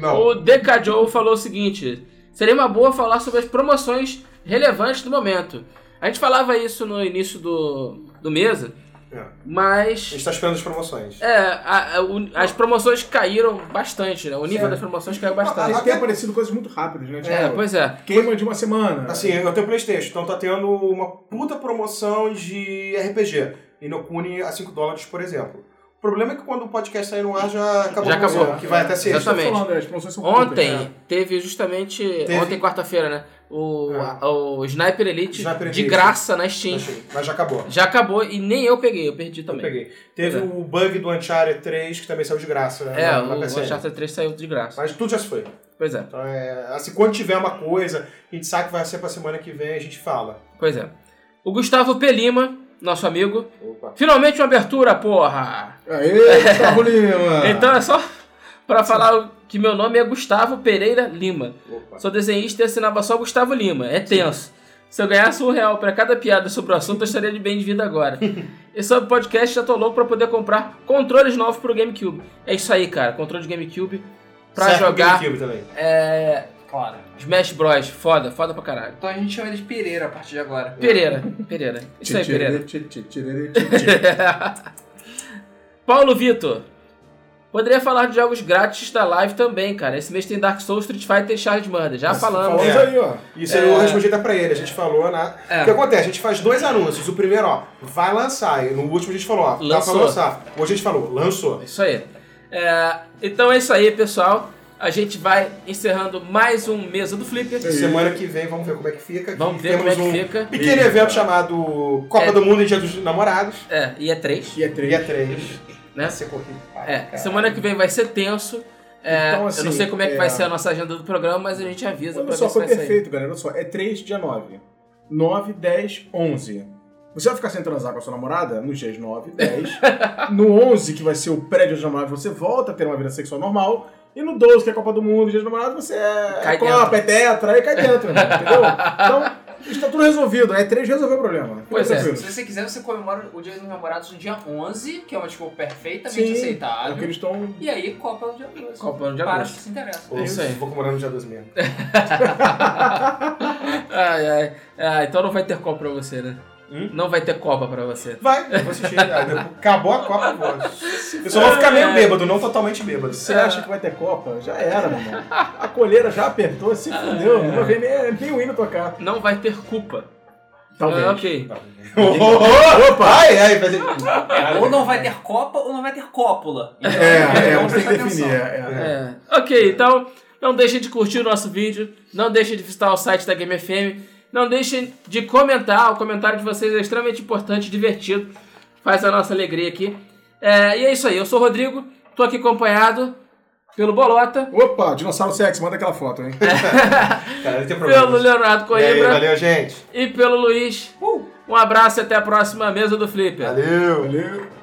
Não. O Decajou falou o seguinte: seria uma boa falar sobre as promoções relevantes do momento. A gente falava isso no início do, do mesa, É. A mas gente tá esperando as promoções. é, a- a- o- as promoções caíram bastante, né? O nível É. das promoções caiu Mas Ah, bastante. tem aparecido coisas muito rápidas, né? Tipo, É, pois é. Queima de uma semana. Assim, eu tenho Playstation, então tá tendo uma puta promoção de RPG. Inokune a 5 dólares, por exemplo. O problema é que quando o podcast sair no ar já acabou. Já a promoção, acabou. Que vai até sexta. Tô Exatamente. falando, as promoções são Ontem curtas, né? teve justamente. Teve. Ontem, quarta-feira, né? O, Ah. o Sniper Elite Sniper de Elite. É. graça na Steam. Mas já acabou. Já acabou e nem eu peguei, eu perdi Eu também. peguei. Teve É. o bug do Uncharted 3, que também saiu de graça. né, É, na, na o PSN. Uncharted 3 saiu de graça. Mas tudo já se foi. Pois é. Então, é, assim, quando tiver uma coisa, a gente sabe que vai ser pra semana que vem, a gente fala. Pois é. O Gustavo Pelima, nosso amigo, Opa. finalmente uma abertura, porra! Aê, Gustavo Lima! Então é só pra falar que meu nome é Gustavo Pereira Lima. Opa. Sou desenhista e assinava só Gustavo Lima. É tenso. Se eu ganhasse um real pra cada piada sobre o assunto, eu estaria de bem de vida agora. e sobre o podcast, já tô louco pra poder comprar controles novos pro GameCube. É isso aí, cara. Controle de GameCube pra Serve pro jogar é, GameCube também. Claro. Smash Bros. Foda, foda pra caralho. Então a gente chama ele de Pereira a partir de agora. Pereira, Pereira. Isso aí, Pereira. Tchê, tchê, tchê, tchê, tchê, tchê. Paulo Vitor. Poderia falar de jogos grátis da live também, cara. Esse mês tem Dark Souls, Street Fighter e Charles Murder. Já falamos. falou. Vamos É. aí, ó. Isso eu respondi até pra ele, a gente falou na. É. O que acontece? A gente faz dois anúncios. O primeiro, ó, vai lançar. E no último a gente falou, ó, Lançou. dá pra lançar. Hoje a gente falou, lançou. Isso aí. É, então é isso aí, pessoal. A gente vai encerrando mais um Mesa do Flipper. Semana que vem, vamos ver como é que fica. Vamos E ver como é temos que um fica. Pequeno evento chamado Copa É. do Mundo e Dia dos Namorados. É, e é três. E é três. Dia 3. Né? Ser corrido. Ai, É, cara. semana que vem vai ser tenso. É, Então, assim, eu não sei como é que vai é- ser a nossa agenda do programa, mas a gente avisa Olha pra só, ver se foi vai sair. perfeito, galera. Olha só, é 3, dia 9. 9, 10, 11. Você vai ficar sem transar com a sua namorada nos dias 9, 10. no 11, que vai ser o prédio dos namorados, você volta a ter uma vida sexual normal. E no 12, que é a Copa do Mundo, dia dos namorados, você é Cai é Copa, é tetra, aí cai dentro, né? entendeu? Então, está tudo resolvido. É 3 resolveu o problema. Fica Pois é. tranquilo. Se você quiser, você comemora o Dia dos Namorados no dia 11, que é uma desculpa perfeitamente Sim, é aceitável. porque eles estão... E aí, Copa do Dia 12. Copa do dia Para os 12. que se interessam. Ou É isso aí. Vou comemorar no dia dos mesmo. Ai, ai. Ah, então não vai ter copa pra você, né? Hum? Não vai ter copa pra você. Vai, eu vou assistir. Ah, depois- Acabou a Copa, eu vou. Eu só vou ficar É. meio bêbado, não totalmente bêbado. Você acha que vai ter Copa? Já era, meu irmão. A coleira já apertou, se É. fudeu. Não vai ver nem, nem o hino tocar. Não vai ter culpa. Talvez. Ah, ok. Ah. Opa! Ai, ai, vai ser- É, ou não vai ter Copa, ou não vai ter cópula. Então, É, é, vamos você tem que prestar definir. atenção. é, é. É. Ok, então não deixem de curtir o nosso vídeo, não deixem de visitar o site da Game FM, não deixem de comentar, o comentário de vocês é extremamente importante, divertido, faz a nossa alegria aqui. É, e é isso aí, eu sou o Rodrigo, tô aqui acompanhado pelo Bolota, Opa, dinossauro sexy, manda aquela foto, hein? Cara, não tem pelo problema. Leonardo E aí, Coimbra valeu, gente. e pelo Luiz. Um abraço e até a próxima mesa do Flipper. Valeu. Valeu.